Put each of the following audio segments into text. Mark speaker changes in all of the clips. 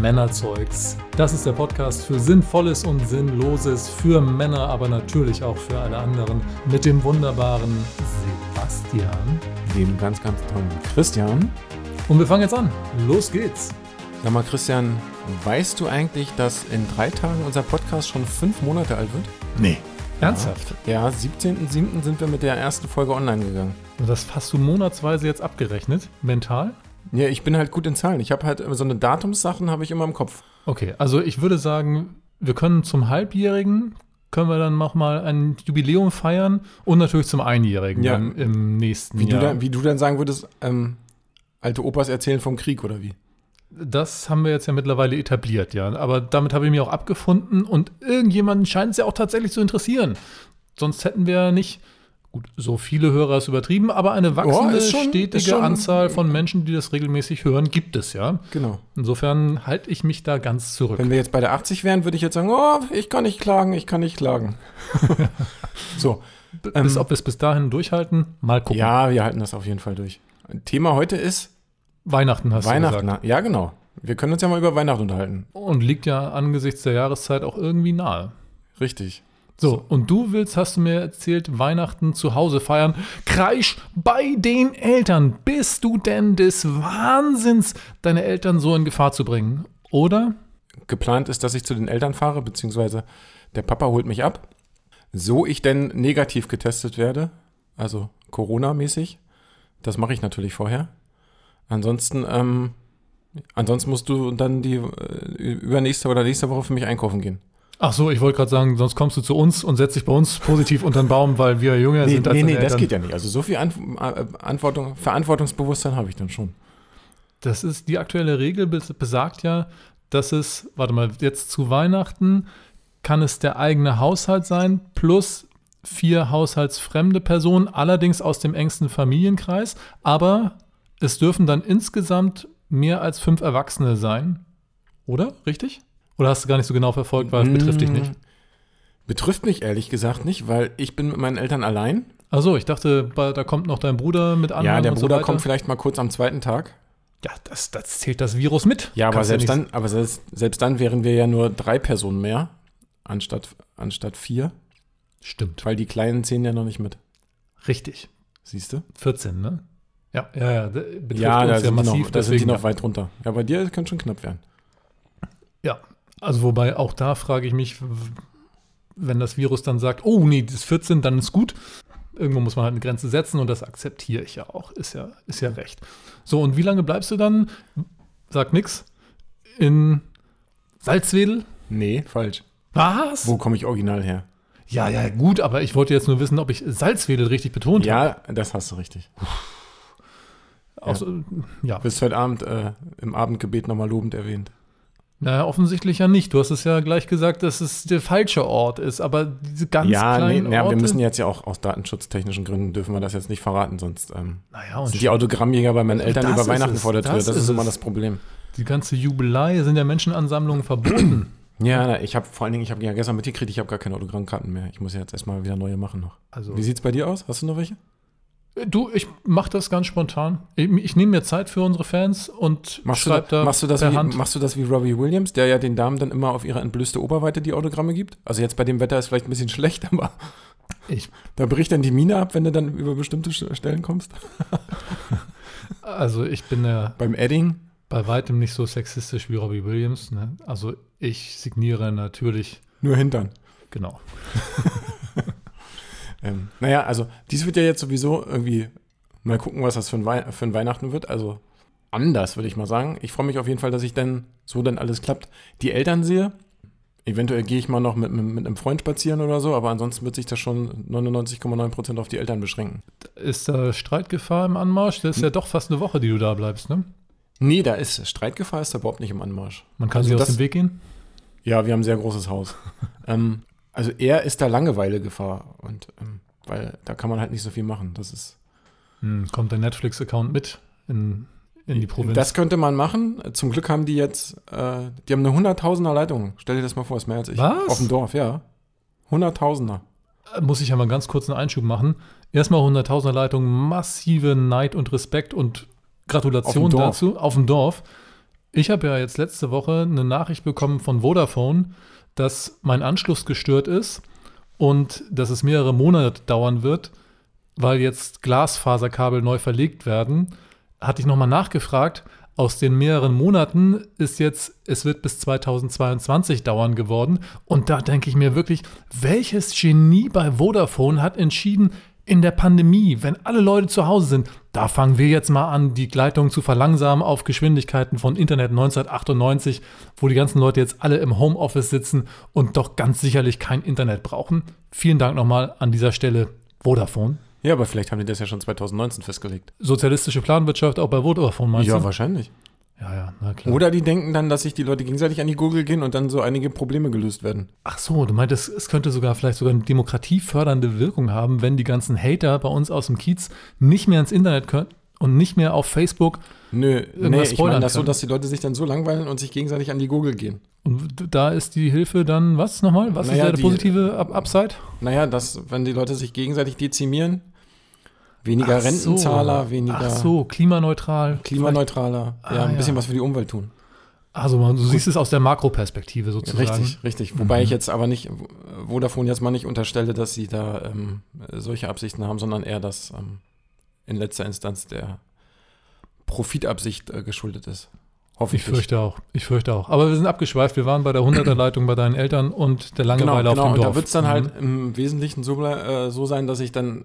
Speaker 1: Männerzeugs. Das ist der Podcast für Sinnvolles und Sinnloses, für Männer, aber natürlich auch für alle anderen, mit dem wunderbaren Sebastian.
Speaker 2: Dem ganz, ganz tollen Christian.
Speaker 1: Und wir fangen jetzt an. Los geht's.
Speaker 2: Sag mal, Christian, weißt du eigentlich, dass in drei Tagen unser Podcast schon fünf Monate alt wird?
Speaker 3: Nee.
Speaker 1: Ernsthaft?
Speaker 2: Ja, 17.07. sind wir mit der ersten Folge online gegangen.
Speaker 1: Und Das hast du monatsweise jetzt abgerechnet, mental?
Speaker 2: Ja, ich bin halt gut in Zahlen. Ich habe halt so eine Datumssachen habe ich immer im Kopf.
Speaker 1: Okay, also ich würde sagen, wir können zum Halbjährigen, können wir dann nochmal ein Jubiläum feiern und natürlich zum Einjährigen
Speaker 2: Ja.
Speaker 1: dann im nächsten
Speaker 2: Wie,
Speaker 1: Jahr.
Speaker 2: du, dann, wie du dann sagen würdest, ähm, alte Opas erzählen vom Krieg oder wie?
Speaker 1: Das haben wir jetzt ja mittlerweile etabliert, ja. Aber damit habe ich mich auch abgefunden und irgendjemanden scheint es ja auch tatsächlich zu interessieren. Sonst hätten wir nicht, gut, so viele Hörer ist übertrieben, aber eine wachsende,
Speaker 2: ist schon-
Speaker 1: stetige
Speaker 2: ist schon-
Speaker 1: Anzahl von Menschen, die das regelmäßig hören, gibt es ja.
Speaker 2: Genau.
Speaker 1: Insofern halte ich mich da ganz zurück.
Speaker 2: Wenn wir jetzt bei der 80 wären, würde ich jetzt sagen, oh, ich kann nicht klagen, ich kann nicht klagen. so,
Speaker 1: B- bis,
Speaker 2: ähm,
Speaker 1: ob wir es bis dahin durchhalten, mal gucken.
Speaker 2: ja, wir halten das auf jeden Fall durch. Thema heute ist
Speaker 1: Weihnachten hast du
Speaker 2: Weihnachten.
Speaker 1: gesagt.
Speaker 2: Ja, genau. Wir können uns ja mal über Weihnachten unterhalten.
Speaker 1: Und liegt ja angesichts der Jahreszeit auch irgendwie nahe.
Speaker 2: Richtig.
Speaker 1: So, und du willst, hast du mir erzählt, Weihnachten zu Hause feiern. Kreisch bei den Eltern. Bist du denn des Wahnsinns, deine Eltern so in Gefahr zu bringen? Oder?
Speaker 2: Geplant ist, dass ich zu den Eltern fahre, beziehungsweise der Papa holt mich ab. So ich denn negativ getestet werde, also Corona-mäßig, das mache ich natürlich vorher. Ansonsten, ähm, ansonsten musst du dann die äh, übernächste oder nächste Woche für mich einkaufen gehen.
Speaker 1: Ach so, ich wollte gerade sagen, sonst kommst du zu uns und setzt dich bei uns positiv unter den Baum, weil wir jünger
Speaker 2: Nee,
Speaker 1: sind als
Speaker 2: nee,
Speaker 1: deine
Speaker 2: nee
Speaker 1: Eltern.
Speaker 2: das geht ja nicht. Also so viel An äh, Antwortung, Verantwortungsbewusstsein habe ich dann schon.
Speaker 1: Das ist die aktuelle Regel bes- besagt ja, dass es, warte mal, jetzt zu Weihnachten kann es der eigene Haushalt sein plus vier haushaltsfremde Personen, allerdings aus dem engsten Familienkreis, aber es dürfen dann insgesamt mehr als fünf Erwachsene sein. Oder? Richtig? Oder hast du gar nicht so genau verfolgt, weil es betrifft dich nicht?
Speaker 2: Hm. Betrifft mich ehrlich gesagt nicht, weil ich bin mit meinen Eltern allein.
Speaker 1: Also, ich dachte, ba- da kommt noch dein Bruder mit an.
Speaker 2: ja, der
Speaker 1: und so
Speaker 2: Bruder
Speaker 1: weiter.
Speaker 2: kommt vielleicht mal kurz am zweiten Tag.
Speaker 1: Ja, das, das zählt das Virus mit.
Speaker 2: Ja, aber
Speaker 1: Kannst du
Speaker 2: selbst
Speaker 1: nicht-
Speaker 2: dann, aber selbst, selbst dann wären wir ja nur drei Personen mehr, anstatt, anstatt vier,
Speaker 1: Stimmt.
Speaker 2: weil die Kleinen zählen ja noch nicht mit.
Speaker 1: Richtig.
Speaker 2: Siehst du?
Speaker 1: 14, ne? Ja, ja, ja. d- Betrifft
Speaker 2: Ja, da
Speaker 1: uns ja
Speaker 2: sind, die
Speaker 1: massiv.
Speaker 2: noch, da sind die
Speaker 1: deswegen,
Speaker 2: noch weit runter. Ja, bei dir könnte schon knapp werden.
Speaker 1: ja. Also wobei auch da frage ich mich, w- wenn das Virus dann sagt, oh nee, das ist 14, dann ist gut. Irgendwo muss man halt eine Grenze setzen und das akzeptiere ich ja auch. Ist ja, ist ja recht. So, und wie lange bleibst du dann? Sag nix. In Salzwedel?
Speaker 2: Nee, falsch.
Speaker 1: Was?
Speaker 2: Wo komme ich original her?
Speaker 1: Ja, ja, gut, aber ich wollte jetzt nur wissen, ob ich Salzwedel richtig betont habe.
Speaker 2: Ja, das hast du richtig.
Speaker 1: Aus- ja.
Speaker 2: Wirst heute Abend äh, im Abendgebet nochmal lobend erwähnt.
Speaker 1: Naja, offensichtlich ja nicht. Du hast es ja gleich gesagt, dass es der falsche Ort ist, aber diese ganz
Speaker 2: ja, nee,
Speaker 1: kleinen
Speaker 2: nee, aber
Speaker 1: Orte,
Speaker 2: wir müssen jetzt ja auch aus datenschutztechnischen Gründen dürfen wir das jetzt nicht verraten, sonst ähm,
Speaker 1: naja, und
Speaker 2: sind die Autogrammjäger bei meinen Eltern
Speaker 1: Das
Speaker 2: über
Speaker 1: ist
Speaker 2: Weihnachten
Speaker 1: es,
Speaker 2: vor der Tür.
Speaker 1: das
Speaker 2: Das,
Speaker 1: ist
Speaker 2: ist immer
Speaker 1: es.
Speaker 2: das Problem.
Speaker 1: Die ganze Jubelei sind ja Menschenansammlungen verboten.
Speaker 2: Ja, na, ich habe vor allen Dingen, ich habe ja gestern mitgekriegt, ich habe gar keine Autogrammkarten mehr. Ich muss ja jetzt erstmal wieder neue machen noch.
Speaker 1: Also äh,
Speaker 2: Wie sieht's bei dir aus? Hast du noch welche?
Speaker 1: du, ich mache das ganz spontan. Ich, ich nehme mir Zeit für unsere Fans und
Speaker 2: Machst du,
Speaker 1: schreibe da
Speaker 2: machst, du das
Speaker 1: per
Speaker 2: wie,
Speaker 1: Hand.
Speaker 2: machst du das wie Robbie Williams, der ja den Damen dann immer auf ihre entblößte Oberweite die Autogramme gibt? Also jetzt bei dem Wetter ist vielleicht ein bisschen schlecht, aber
Speaker 1: Ich,
Speaker 2: da bricht dann die Mine ab, wenn du dann über bestimmte Sch- Stellen kommst.
Speaker 1: also ich bin ja
Speaker 2: Beim Edding?
Speaker 1: bei weitem nicht so sexistisch wie Robbie Williams. Ne? Also ich signiere natürlich,
Speaker 2: Nur Hintern.
Speaker 1: genau.
Speaker 2: Ähm, naja, also dies wird ja jetzt sowieso irgendwie mal gucken, was das für ein, Wei für ein Weihnachten wird. Also anders, würde ich mal sagen. Ich freue mich auf jeden Fall, dass ich dann so dann alles klappt. Die Eltern sehe. Eventuell gehe ich mal noch mit, mit, mit einem Freund spazieren oder so, aber ansonsten wird sich das schon 99,9% auf die Eltern beschränken.
Speaker 1: Ist da Streitgefahr im Anmarsch? Das ist
Speaker 2: Hm.
Speaker 1: ja doch fast eine Woche, die du da bleibst, ne?
Speaker 2: Nee, da ist Streitgefahr ist da überhaupt nicht im Anmarsch.
Speaker 1: Man kann
Speaker 2: Also
Speaker 1: sich aus
Speaker 2: das-
Speaker 1: dem Weg gehen.
Speaker 2: Ja, wir haben ein sehr großes Haus. ähm, also eher ist da Langeweilegefahr und ähm, weil da kann man halt nicht so viel machen. Das ist
Speaker 1: Hm, kommt dein Netflix-Account mit in, in die Provinz?
Speaker 2: Das könnte man machen. Zum Glück haben die jetzt, äh, die haben eine Hunderttausender Leitung. Stell dir das mal vor, ist mehr als ich.
Speaker 1: Was?
Speaker 2: Auf dem Dorf, ja. Hunderttausender.
Speaker 1: muss ich ja mal ganz kurz einen Einschub machen. Erstmal 100.000er Leitung, massive Neid und Respekt und
Speaker 2: Auf dem
Speaker 1: Gratulation
Speaker 2: Dorf.
Speaker 1: dazu auf dem Dorf. Ich habe ja jetzt letzte Woche eine Nachricht bekommen von Vodafone, dass mein Anschluss gestört ist und dass es mehrere Monate dauern wird, weil jetzt Glasfaserkabel neu verlegt werden. Hatte ich nochmal nachgefragt. Aus den mehreren Monaten ist jetzt, es wird bis 2022 dauern geworden. Und da denke ich mir wirklich, welches Genie bei Vodafone hat entschieden, in der Pandemie, wenn alle Leute zu Hause sind, da fangen wir jetzt mal an, die Gleitung zu verlangsamen auf Geschwindigkeiten von Internet 1998, wo die ganzen Leute jetzt alle im Homeoffice sitzen und doch ganz sicherlich kein Internet brauchen. Vielen Dank nochmal an dieser Stelle, Vodafone.
Speaker 2: Ja, aber vielleicht haben die das ja schon 2019 festgelegt.
Speaker 1: Sozialistische Planwirtschaft auch bei Vodafone, meinst
Speaker 2: ja,
Speaker 1: du?
Speaker 2: wahrscheinlich.
Speaker 1: Ja, ja, na klar.
Speaker 2: Oder die denken dann, dass sich die Leute gegenseitig an die Gurgel gehen und dann so einige Probleme gelöst werden.
Speaker 1: Ach so, du meintest, es könnte sogar vielleicht sogar eine demokratiefördernde Wirkung haben, wenn die ganzen Hater bei uns aus dem Kiez nicht mehr ins Internet können und nicht mehr auf Facebook.
Speaker 2: Nö, nee,
Speaker 1: Irgendwas
Speaker 2: ich meine
Speaker 1: spoilern
Speaker 2: das so,
Speaker 1: können.
Speaker 2: dass die Leute sich dann so langweilen und sich gegenseitig an die Gurgel gehen.
Speaker 1: Und da ist die Hilfe dann, was nochmal? Was
Speaker 2: Naja,
Speaker 1: ist der
Speaker 2: die-
Speaker 1: positive Up Upside?
Speaker 2: Naja, dass, wenn die Leute sich gegenseitig dezimieren, weniger
Speaker 1: Ach so.
Speaker 2: Rentenzahler, weniger
Speaker 1: Ach so, klimaneutral.
Speaker 2: klimaneutraler,
Speaker 1: Ah,
Speaker 2: ja, ein
Speaker 1: ja.
Speaker 2: bisschen was für die Umwelt tun.
Speaker 1: Also man, du siehst es aus der Makroperspektive sozusagen.
Speaker 2: Richtig, richtig. Wobei
Speaker 1: Mhm.
Speaker 2: ich jetzt aber nicht, äh, Vodafone jetzt mal nicht unterstelle, dass sie da ähm, äh, solche Absichten haben, sondern eher, dass ähm, in letzter Instanz der Profitabsicht äh, geschuldet ist. Hoffe
Speaker 1: Ich fürchte auch, ich fürchte auch. Aber wir sind abgeschweift. Wir waren bei der 100er Leitung bei deinen Eltern und der
Speaker 2: Genau,
Speaker 1: Langeweile
Speaker 2: genau.
Speaker 1: auf dem
Speaker 2: Und
Speaker 1: Dorf.
Speaker 2: da wird es dann
Speaker 1: Mhm.
Speaker 2: halt im Wesentlichen so, blei- äh, so sein, dass ich dann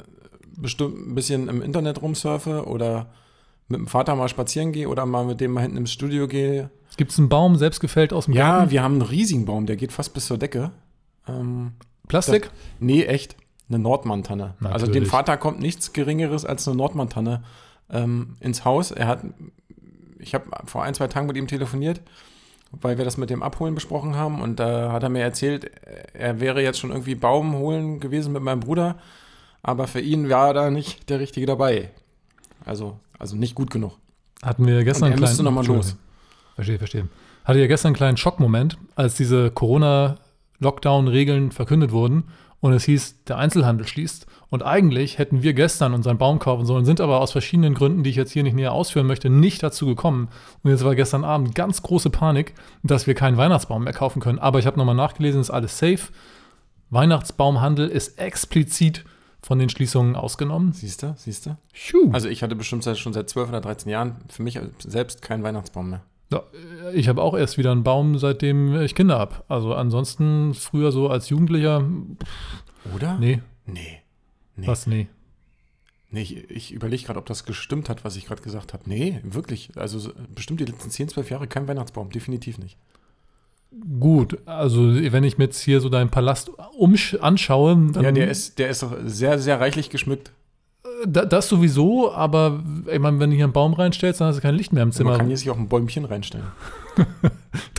Speaker 2: bestimmt ein bisschen im Internet rumsurfe oder mit dem Vater mal spazieren gehe oder mal mit dem mal hinten ins Studio gehe.
Speaker 1: Gibt es einen Baum selbstgefällt aus dem
Speaker 2: Ja,
Speaker 1: Garten?
Speaker 2: wir haben einen riesigen Baum, der geht fast bis zur Decke. Ähm,
Speaker 1: Plastik?
Speaker 2: Nee, echt. Eine Nordmantanne. Also dem
Speaker 1: Natürlich.
Speaker 2: Vater kommt nichts Geringeres als eine Nordmantanne ähm, ins Haus. Er hat, ich habe vor ein, zwei Tagen mit ihm telefoniert, weil wir das mit dem Abholen besprochen haben und da hat er mir erzählt, er wäre jetzt schon irgendwie Baum holen gewesen mit meinem Bruder, aber für ihn war da nicht der Richtige dabei. Also, also nicht gut genug.
Speaker 1: Hatten wir gestern
Speaker 2: Und er müsste noch mal los.
Speaker 1: Verstehe, verstehe. Hatte ja gestern einen kleinen Schockmoment, als diese Corona-Lockdown-Regeln verkündet wurden und es hieß, der Einzelhandel schließt. Und eigentlich hätten wir gestern unseren Baum kaufen sollen, sind aber aus verschiedenen Gründen, die ich jetzt hier nicht näher ausführen möchte, nicht dazu gekommen. Und jetzt war gestern Abend ganz große Panik, dass wir keinen Weihnachtsbaum mehr kaufen können. Aber ich habe nochmal nachgelesen, ist alles safe. Weihnachtsbaumhandel ist explizit von den Schließungen ausgenommen.
Speaker 2: Siehst du, siehst du?
Speaker 1: Phew.
Speaker 2: Also ich hatte bestimmt seit, schon seit 12 oder 13 Jahren für mich äh, selbst keinen Weihnachtsbaum mehr.
Speaker 1: Ja, äh, ich habe auch erst wieder einen Baum, seitdem ich Kinder habe. Also ansonsten früher so als Jugendlicher, pff,
Speaker 2: Oder?
Speaker 1: nee,
Speaker 2: Nee.
Speaker 1: was, nee.
Speaker 2: Nee, ich, ich überlege gerade, ob das gestimmt hat, was ich gerade gesagt habe. Nee, wirklich. Also so- bestimmt die letzten 10, 12 Jahre kein Weihnachtsbaum. Definitiv nicht.
Speaker 1: Gut, also wenn ich mir jetzt hier so deinen Palast umsch- anschaue, dann
Speaker 2: Ja, der ist, der ist doch sehr, sehr reichlich geschmückt.
Speaker 1: da, das sowieso, aber ich meine, wenn du hier einen Baum reinstellst, dann hast du kein Licht mehr im Zimmer.
Speaker 2: Man kann hier sich auch ein Bäumchen reinstellen.
Speaker 1: du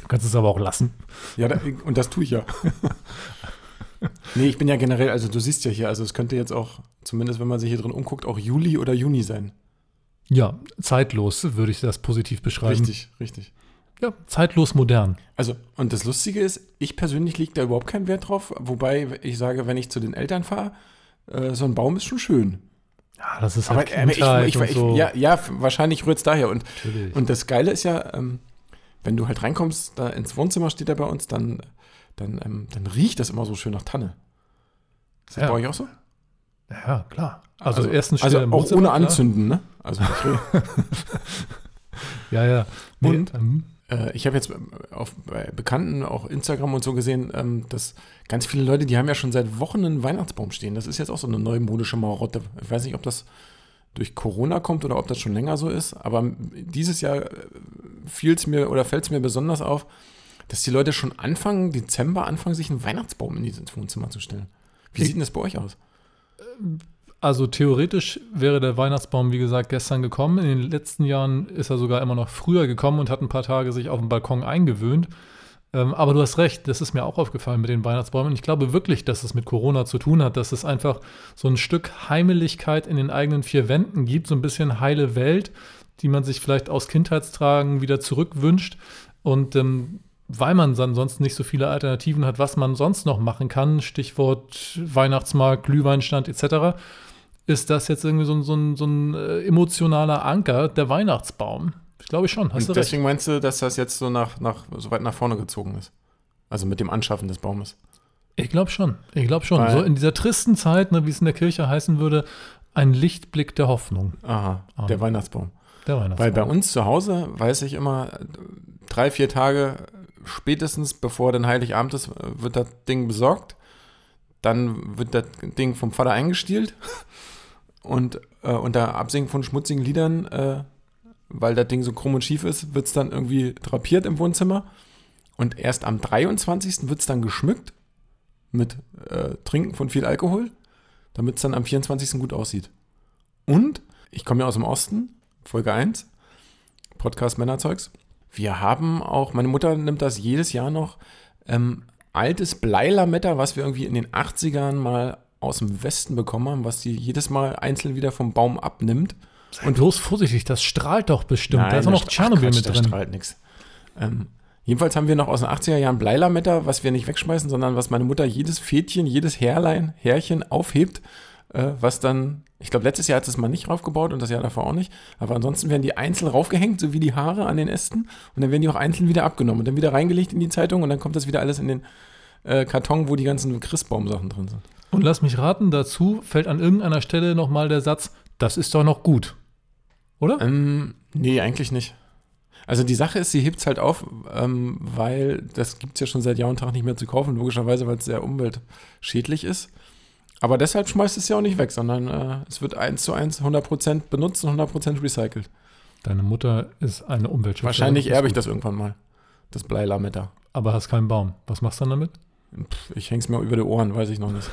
Speaker 1: kannst es aber auch lassen.
Speaker 2: Ja, da, und das tue ich ja. nee, ich bin ja generell, also du siehst ja hier, also es könnte jetzt auch, zumindest wenn man sich hier drin umguckt, auch Juli oder Juni sein.
Speaker 1: Ja, zeitlos würde ich das positiv beschreiben.
Speaker 2: Richtig, richtig.
Speaker 1: Ja, zeitlos modern.
Speaker 2: Also, und das Lustige ist, ich persönlich lege da überhaupt keinen Wert drauf, wobei ich sage, wenn ich zu den Eltern fahre, äh, so ein Baum ist schon schön.
Speaker 1: Ja, das ist
Speaker 2: Aber,
Speaker 1: halt
Speaker 2: aber ich,
Speaker 1: Kindheit
Speaker 2: ich,
Speaker 1: und
Speaker 2: ich,
Speaker 1: so.
Speaker 2: ja, ja, f- wahrscheinlich rührt es daher. Und,
Speaker 1: Natürlich.
Speaker 2: und das Geile ist ja, ähm, wenn du halt reinkommst, da ins Wohnzimmer steht er bei uns, dann, dann, ähm, dann riecht das immer so schön nach Tanne. Ist das
Speaker 1: Ja.
Speaker 2: bei euch auch so?
Speaker 1: ja, klar. Also, erstens
Speaker 2: also
Speaker 1: steht er im
Speaker 2: auch
Speaker 1: Wohnzimmer,
Speaker 2: ohne
Speaker 1: klar.
Speaker 2: Anzünden, ne? Also ich,
Speaker 1: Ja, ja.
Speaker 2: Und?
Speaker 1: ähm,
Speaker 2: äh, ich habe jetzt auf bei Bekannten auch Instagram und so gesehen, ähm, dass ganz viele Leute, die haben ja schon seit Wochen einen Weihnachtsbaum stehen. Das ist jetzt auch so eine neue modische Marotte. Ich weiß nicht, ob das durch Corona kommt oder ob das schon länger so ist, aber dieses Jahr fiel es mir oder fällt es mir besonders auf, dass die Leute schon Anfang Dezember anfangen, sich einen Weihnachtsbaum in dieses Wohnzimmer zu stellen. Wie
Speaker 1: Ich-
Speaker 2: sieht denn das bei euch aus?
Speaker 1: Also theoretisch wäre der Weihnachtsbaum, wie gesagt, gestern gekommen. In den letzten Jahren ist er sogar immer noch früher gekommen und hat ein paar Tage sich auf dem Balkon eingewöhnt. Ähm, aber du hast recht, das ist mir auch aufgefallen mit den Weihnachtsbäumen. Ich glaube wirklich, dass es mit Corona zu tun hat, dass es einfach so ein Stück Heimeligkeit in den eigenen vier Wänden gibt, so ein bisschen heile Welt, die man sich vielleicht aus Kindheitstragen wieder zurückwünscht. Und ähm, weil man dann sonst nicht so viele Alternativen hat, was man sonst noch machen kann, Stichwort Weihnachtsmarkt, Glühweinstand etc., ist das jetzt irgendwie so ein, so ein, so ein äh, emotionaler Anker, der Weihnachtsbaum. Ich glaube schon, hast
Speaker 2: Und
Speaker 1: du recht.
Speaker 2: deswegen meinst du, dass das jetzt so, nach, nach, so weit nach vorne gezogen ist? Also mit dem Anschaffen des Baumes.
Speaker 1: Ich glaube schon. Ich glaube schon.
Speaker 2: Weil-
Speaker 1: So in dieser tristen Zeit, ne, wie es in der Kirche heißen würde, ein Lichtblick der Hoffnung.
Speaker 2: Aha,
Speaker 1: Ah.
Speaker 2: der Weihnachtsbaum.
Speaker 1: Der Weihnachtsmann.
Speaker 2: Weil bei uns zu Hause weiß ich immer, äh, drei, vier Tage spätestens bevor dann Heiligabend ist, äh, wird das Ding besorgt. Dann wird das Ding vom Vater eingestielt und äh, unter Absingen von schmutzigen Liedern, äh, weil das Ding so krumm und schief ist, wird es dann irgendwie drapiert im Wohnzimmer. Und erst am 23. wird es dann geschmückt mit äh, Trinken von viel Alkohol, damit es dann am 24. gut aussieht. Und ich komme ja aus dem Osten, Folge 1, Podcast Männerzeugs. Wir haben auch, meine Mutter nimmt das jedes Jahr noch, ähm, altes Bleilametter, was wir irgendwie in den 80ern mal aus dem Westen bekommen haben, was sie jedes Mal einzeln wieder vom Baum abnimmt.
Speaker 1: Und bloß vorsichtig, das strahlt doch bestimmt. da ist auch noch
Speaker 2: st- ach,
Speaker 1: Tschernobyl
Speaker 2: Quatsch,
Speaker 1: mit
Speaker 2: da
Speaker 1: drin.
Speaker 2: strahlt nichts. Ähm, jedenfalls haben wir noch aus den 80er Jahren Bleilametter, was wir nicht wegschmeißen, sondern was meine Mutter jedes Fädchen, jedes Härlein, Härchen aufhebt, äh, was dann, ich glaube, letztes Jahr hat sie es mal nicht raufgebaut und das Jahr davor auch nicht. Aber ansonsten werden die einzeln raufgehängt, so wie die Haare an den Ästen. Und dann werden die auch einzeln wieder abgenommen und dann wieder reingelegt in die Zeitung und dann kommt das wieder alles in den äh, Karton, wo die ganzen Christbaumsachen drin sind.
Speaker 1: Und lass mich raten, dazu fällt an irgendeiner Stelle nochmal der Satz, das ist doch noch gut. Oder?
Speaker 2: Ähm, nee, eigentlich nicht. Also die Sache ist, sie hebt es halt auf, ähm, weil das gibt es ja schon seit Jahr und Tag nicht mehr zu kaufen, logischerweise, weil es sehr umweltschädlich ist. Aber deshalb schmeißt es ja auch nicht weg, sondern äh, es wird eins zu eins 100% benutzt und 100% recycelt.
Speaker 1: Deine Mutter ist eine Umweltschützerin.
Speaker 2: Wahrscheinlich
Speaker 1: Das ist
Speaker 2: erbe ich
Speaker 1: gut.
Speaker 2: das irgendwann mal, das Bleilametta.
Speaker 1: Aber hast keinen Baum. Was machst du dann damit?
Speaker 2: Pff, ich häng's mir über die Ohren, weiß ich noch nicht.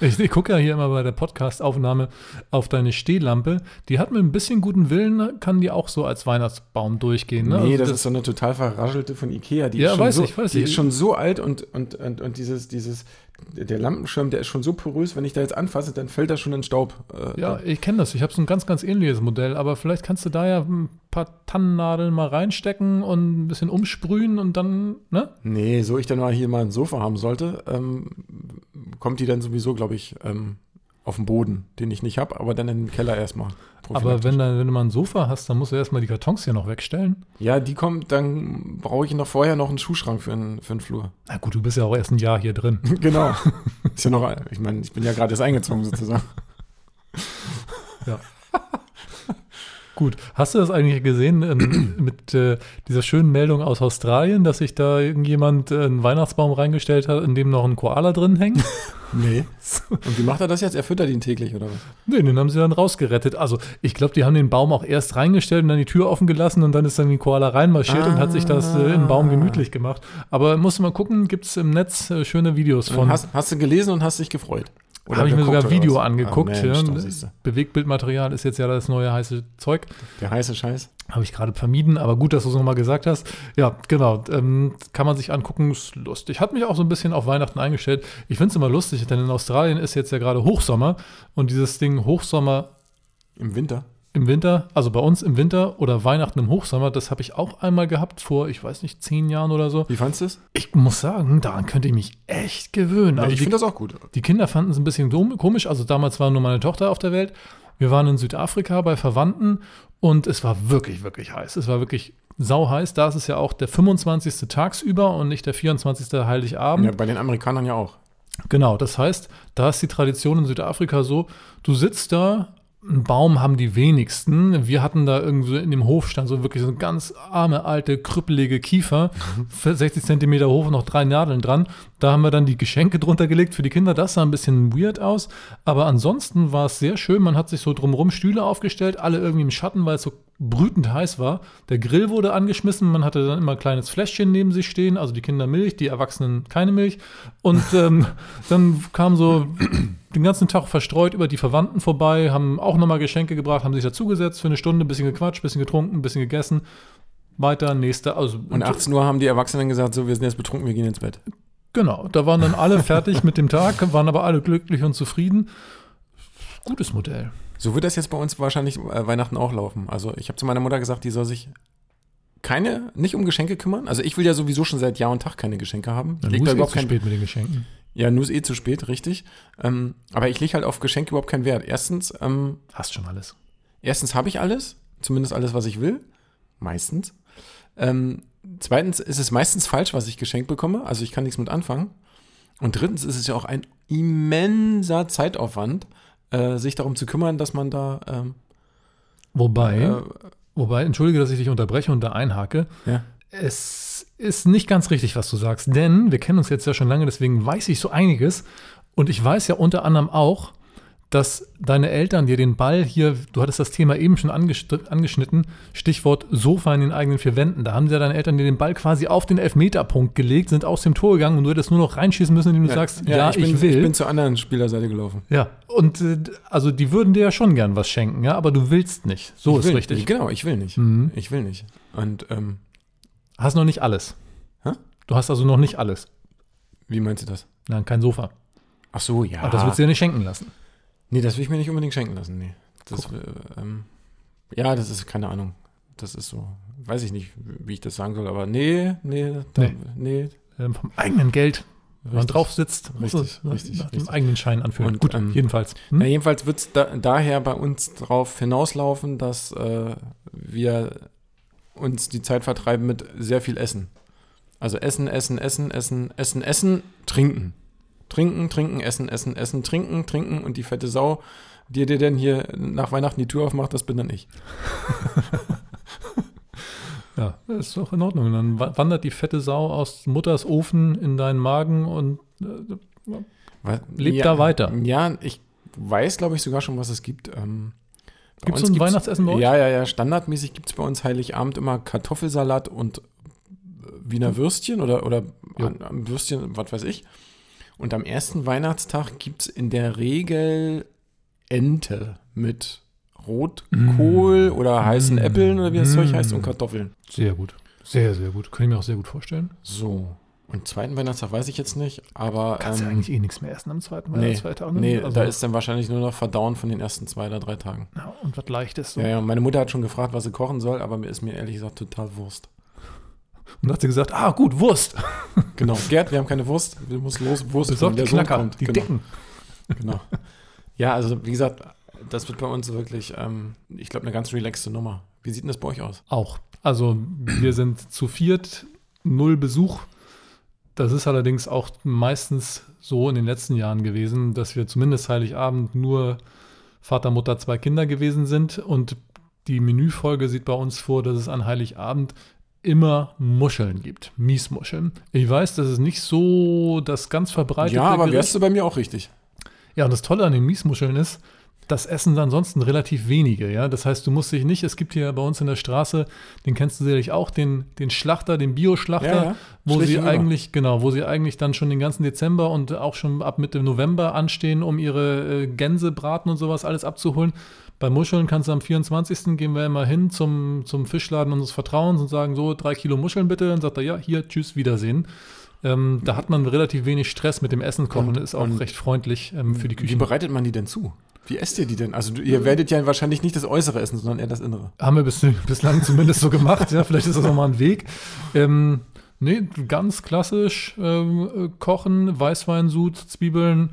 Speaker 1: Ich, ich gucke ja hier immer bei der Podcast-Aufnahme auf deine Stehlampe. Die hat mit ein bisschen guten Willen, kann die auch so als Weihnachtsbaum durchgehen. Ne?
Speaker 2: Nee,
Speaker 1: Also
Speaker 2: das, ist so eine total verraschelte von Ikea. Die
Speaker 1: Ja,
Speaker 2: ist schon
Speaker 1: weiß
Speaker 2: so,
Speaker 1: ich, weiß
Speaker 2: Die
Speaker 1: ich.
Speaker 2: ist schon so alt und, und, und, und dieses, dieses, der Lampenschirm, der ist schon so porös, wenn ich da jetzt anfasse, dann fällt da schon in Staub. Äh,
Speaker 1: Ja, ich kenne das. Ich habe so ein ganz, ganz ähnliches Modell, aber vielleicht kannst du da ja ein paar Tannennadeln mal reinstecken und ein bisschen umsprühen und dann, ne?
Speaker 2: Nee, so ich dann mal hier mal ein Sofa haben sollte, ähm, kommt die dann sowieso, glaube ich, ähm, auf den Boden, den ich nicht habe, aber dann in den Keller erstmal.
Speaker 1: Aber wenn, dann, wenn du mal ein Sofa hast, dann musst du erstmal die Kartons hier noch wegstellen.
Speaker 2: ja, die kommt, dann brauche ich noch vorher noch einen Schuhschrank für den, für den Flur.
Speaker 1: Na gut, du bist ja auch erst ein Jahr hier drin.
Speaker 2: genau. Ist ja noch, ich meine, ich bin ja gerade erst eingezogen sozusagen.
Speaker 1: Gut, hast du das eigentlich gesehen ähm, mit äh, dieser schönen Meldung aus Australien, dass sich da irgendjemand äh, einen Weihnachtsbaum reingestellt hat, in dem noch ein Koala drin hängt?
Speaker 2: Nee. Und wie macht er das jetzt? Er füttert ihn täglich oder was?
Speaker 1: Nee, den haben sie dann rausgerettet. Also ich glaube, die haben den Baum auch erst reingestellt und dann die Tür offen gelassen und dann ist dann die Koala reinmarschiert und hat sich das äh, im Baum gemütlich gemacht. Aber musst du mal gucken, gibt es im Netz äh, schöne Videos von.
Speaker 2: Hast, hast du gelesen und hast dich gefreut? Oder
Speaker 1: Habe ich mir
Speaker 2: geguckt,
Speaker 1: sogar
Speaker 2: oder
Speaker 1: Video
Speaker 2: was?
Speaker 1: angeguckt.
Speaker 2: Ah, Mensch,
Speaker 1: ja.
Speaker 2: da siehst du.
Speaker 1: Bewegtbildmaterial ist jetzt ja das neue heiße Zeug.
Speaker 2: Der heiße Scheiß.
Speaker 1: Habe ich gerade vermieden, aber gut, dass du es nochmal gesagt hast. Ja, genau. Ähm, kann man sich angucken, ist lustig. Hat mich auch so ein bisschen auf Weihnachten eingestellt. Ich finde es immer lustig, denn in Australien ist jetzt ja gerade Hochsommer und dieses Ding Hochsommer
Speaker 2: Im Winter.
Speaker 1: im Winter, also bei uns im Winter oder Weihnachten im Hochsommer, das habe ich auch einmal gehabt vor, ich weiß nicht, zehn Jahren oder so.
Speaker 2: Wie fandst du es?
Speaker 1: Ich muss sagen, daran könnte ich mich echt gewöhnen. Also die,
Speaker 2: find das auch gut.
Speaker 1: die Kinder fanden es ein bisschen dumm, komisch. Also damals war nur meine Tochter auf der Welt. Wir waren in Südafrika bei Verwandten und es war wirklich, wirklich heiß. Es war wirklich sauheiß. Da ist es ja auch der 25. tagsüber und nicht der 24. Heiligabend.
Speaker 2: Ja, bei den Amerikanern ja auch.
Speaker 1: Genau, das heißt, da ist die Tradition in Südafrika so, du sitzt da, einen Baum haben die wenigsten. Wir hatten da irgendwie in dem Hof stand so wirklich so eine ganz arme, alte, krüppelige Kiefer, 60 Zentimeter hoch, noch drei Nadeln dran. Da haben wir dann die Geschenke drunter gelegt für die Kinder. Das sah ein bisschen weird aus, aber ansonsten war es sehr schön. Man hat sich so drumherum Stühle aufgestellt, alle irgendwie im Schatten, weil es so brütend heiß war. Der Grill wurde angeschmissen, man hatte dann immer ein kleines Fläschchen neben sich stehen, also die Kinder Milch, die Erwachsenen keine Milch. Und ähm, dann kam so den ganzen Tag verstreut über die Verwandten vorbei, haben auch nochmal Geschenke gebracht, haben sich dazugesetzt für eine Stunde, ein bisschen gequatscht, ein bisschen getrunken, ein bisschen gegessen. Weiter, nächste, also
Speaker 2: Und 18 Uhr haben die Erwachsenen gesagt, so, wir sind jetzt betrunken, wir gehen ins Bett.
Speaker 1: genau, da waren dann alle fertig mit dem Tag, waren aber alle glücklich und zufrieden. Gutes Modell.
Speaker 2: So wird das jetzt bei uns wahrscheinlich äh, Weihnachten auch laufen. Also ich habe zu meiner Mutter gesagt, die soll sich keine, nicht um Geschenke kümmern. Also ich will ja sowieso schon seit Jahr und Tag keine Geschenke haben. Ich
Speaker 1: Dann
Speaker 2: leg
Speaker 1: muss
Speaker 2: da
Speaker 1: eh
Speaker 2: überhaupt
Speaker 1: zu
Speaker 2: keinen
Speaker 1: spät mit den Geschenken.
Speaker 2: Ja, nur ist eh zu spät, richtig. Ähm, aber ich lege halt auf Geschenke überhaupt keinen Wert. Erstens, ähm,
Speaker 1: Hast schon alles.
Speaker 2: erstens habe ich alles, zumindest alles, was ich will. meistens. Ähm, zweitens ist es meistens falsch, was ich geschenkt bekomme, also ich kann nichts mit anfangen. Und drittens ist es ja auch ein immenser Zeitaufwand, äh, sich darum zu kümmern, dass man da ähm,
Speaker 1: Wobei,
Speaker 2: äh,
Speaker 1: wobei, entschuldige, dass ich dich unterbreche und da einhake.
Speaker 2: ja.
Speaker 1: Es ist nicht ganz richtig, was du sagst, denn wir kennen uns jetzt ja schon lange, deswegen weiß ich so einiges. Und ich weiß ja unter anderem auch, dass deine Eltern dir den Ball hier, du hattest das Thema eben schon angest- angeschnitten, Stichwort Sofa in den eigenen vier Wänden. Da haben ja deine Eltern dir den Ball quasi auf den Elfmeterpunkt gelegt, sind aus dem Tor gegangen und du hättest nur noch reinschießen müssen, indem du sagst, ja, ich,
Speaker 2: bin,
Speaker 1: will.
Speaker 2: Ich bin zur anderen Spielerseite gelaufen.
Speaker 1: ja, und äh, also die würden dir ja schon gern was schenken, ja, aber du willst nicht. So
Speaker 2: ich
Speaker 1: Oh, ist
Speaker 2: will,
Speaker 1: richtig.
Speaker 2: Ich, genau, ich will nicht.
Speaker 1: Mhm.
Speaker 2: Ich will nicht. Und ähm,
Speaker 1: Hast noch nicht alles.
Speaker 2: Hä?
Speaker 1: Du hast also noch nicht alles.
Speaker 2: wie meinst du das? Ah,
Speaker 1: Nein, kein Sofa.
Speaker 2: Ach so, ja.
Speaker 1: Aber das willst du dir nicht schenken lassen.
Speaker 2: Nee, das will ich mir nicht unbedingt schenken lassen. Nee. Das, äh, ähm, ja, das ist keine Ahnung. Das ist so. Weiß ich nicht, wie ich das sagen soll, aber nee, nee, da,
Speaker 1: Nee.
Speaker 2: nee.
Speaker 1: Ähm, vom eigenen Geld, wenn man
Speaker 2: richtig.
Speaker 1: drauf sitzt, muss
Speaker 2: Richtig,
Speaker 1: es nach-
Speaker 2: richtig,
Speaker 1: nach dem
Speaker 2: richtig.
Speaker 1: eigenen Schein anfühlen.
Speaker 2: Und,
Speaker 1: Gut,
Speaker 2: ähm,
Speaker 1: jedenfalls. Hm?
Speaker 2: Na, jedenfalls wird es da, daher bei uns darauf hinauslaufen, dass äh, wir uns die Zeit vertreiben mit sehr viel Essen. Also Essen, Essen, Essen, Essen, Essen, Essen, Trinken. Trinken, trinken, essen, essen, essen, trinken, trinken und die fette Sau, die dir denn hier nach Weihnachten die Tür aufmacht, das bin dann ich.
Speaker 1: Ja, das ist doch in Ordnung. Dann wa- wandert die fette Sau aus Mutters Ofen in deinen Magen und äh,
Speaker 2: Was-
Speaker 1: lebt
Speaker 2: ja,
Speaker 1: da weiter.
Speaker 2: Ja, ich weiß, glaube ich, sogar schon, was es gibt. Ähm, bei
Speaker 1: Gibt's
Speaker 2: uns
Speaker 1: so ein Weihnachtsessen bei euch?
Speaker 2: Ja, ja, ja. Standardmäßig gibt es bei uns Heiligabend immer Kartoffelsalat und äh, Wiener Würstchen oder, oder
Speaker 1: Hm. Jo.
Speaker 2: an, am Würstchen, was weiß ich. Und am ersten Weihnachtstag gibt es in der Regel Ente mit
Speaker 1: Mhm. Hm.
Speaker 2: Rotkohl oder heißen Äpfeln oder wie das Zeug
Speaker 1: Mm.
Speaker 2: heißt und Kartoffeln.
Speaker 1: Sehr gut. Sehr, sehr gut. Kann ich mir auch sehr gut vorstellen.
Speaker 2: So. Und zweiten Weihnachtstag weiß ich jetzt nicht, aber.
Speaker 1: Kannst ja
Speaker 2: ähm,
Speaker 1: eigentlich eh nichts mehr essen am zweiten
Speaker 2: Nee,
Speaker 1: Weihnachtsfeiertag.
Speaker 2: nee
Speaker 1: also,
Speaker 2: da ist dann wahrscheinlich nur noch Verdauen von den ersten zwei oder drei Tagen.
Speaker 1: Ja, und was Leichtes. So.
Speaker 2: Ja, ja, meine Mutter hat schon gefragt, was sie kochen soll, aber mir ist mir ehrlich gesagt total Wurst.
Speaker 1: Und da hat sie gesagt, ah gut, Wurst.
Speaker 2: Genau. Gerd, wir haben keine Wurst, wir müssen los, Wurst
Speaker 1: Besorgt die
Speaker 2: der Sohn
Speaker 1: Knacker,
Speaker 2: kommt.
Speaker 1: die
Speaker 2: genau,
Speaker 1: Dicken.
Speaker 2: genau. Ja, also wie gesagt, das wird bei uns wirklich, ähm, ich glaube, eine ganz relaxte Nummer. Wie sieht denn das bei euch aus?
Speaker 1: Auch. Also wir sind zu viert, null Besuch. Das ist allerdings auch meistens so in den letzten Jahren gewesen, dass wir zumindest Heiligabend nur Vater, Mutter, zwei Kinder gewesen sind. Und die Menüfolge sieht bei uns vor, dass es an Heiligabend immer Muscheln gibt. Miesmuscheln. Ich weiß, das ist nicht so das ganz verbreitete
Speaker 2: ja, aber
Speaker 1: Gericht.
Speaker 2: wärst du bei mir auch richtig.
Speaker 1: Ja, und das Tolle an den Miesmuscheln ist, das essen ansonsten relativ wenige, ja. Das heißt, du musst dich nicht, es gibt hier bei uns in der Straße, den kennst du sicherlich auch, den, den Schlachter, den Bioschlachter,
Speaker 2: Ja, ja.
Speaker 1: wo
Speaker 2: Schlicht
Speaker 1: sie
Speaker 2: hinüber.
Speaker 1: eigentlich, genau, wo sie eigentlich dann schon den ganzen Dezember und auch schon ab Mitte November anstehen, um ihre äh, Gänsebraten und sowas alles abzuholen. Bei Muscheln kannst du am 24. gehen wir immer hin zum, zum Fischladen unseres Vertrauens und sagen, so, drei Kilo Muscheln bitte. Dann sagt er, ja, hier, tschüss, Wiedersehen. Ähm, da hat man relativ wenig Stress mit dem Essen kommen und,
Speaker 2: Und-
Speaker 1: ist auch
Speaker 2: und-
Speaker 1: recht freundlich ähm, für die Küche. Äh.
Speaker 2: Wie bereitet man die denn zu? Wie esst ihr die denn? Also du, ihr werdet ja wahrscheinlich nicht das Äußere essen, sondern eher das Innere.
Speaker 1: Haben wir bis, bislang zumindest so gemacht. Ja, vielleicht ist das nochmal ein Weg. Ähm, nee, ganz klassisch ähm, äh, kochen, Weißweinsud, Zwiebeln,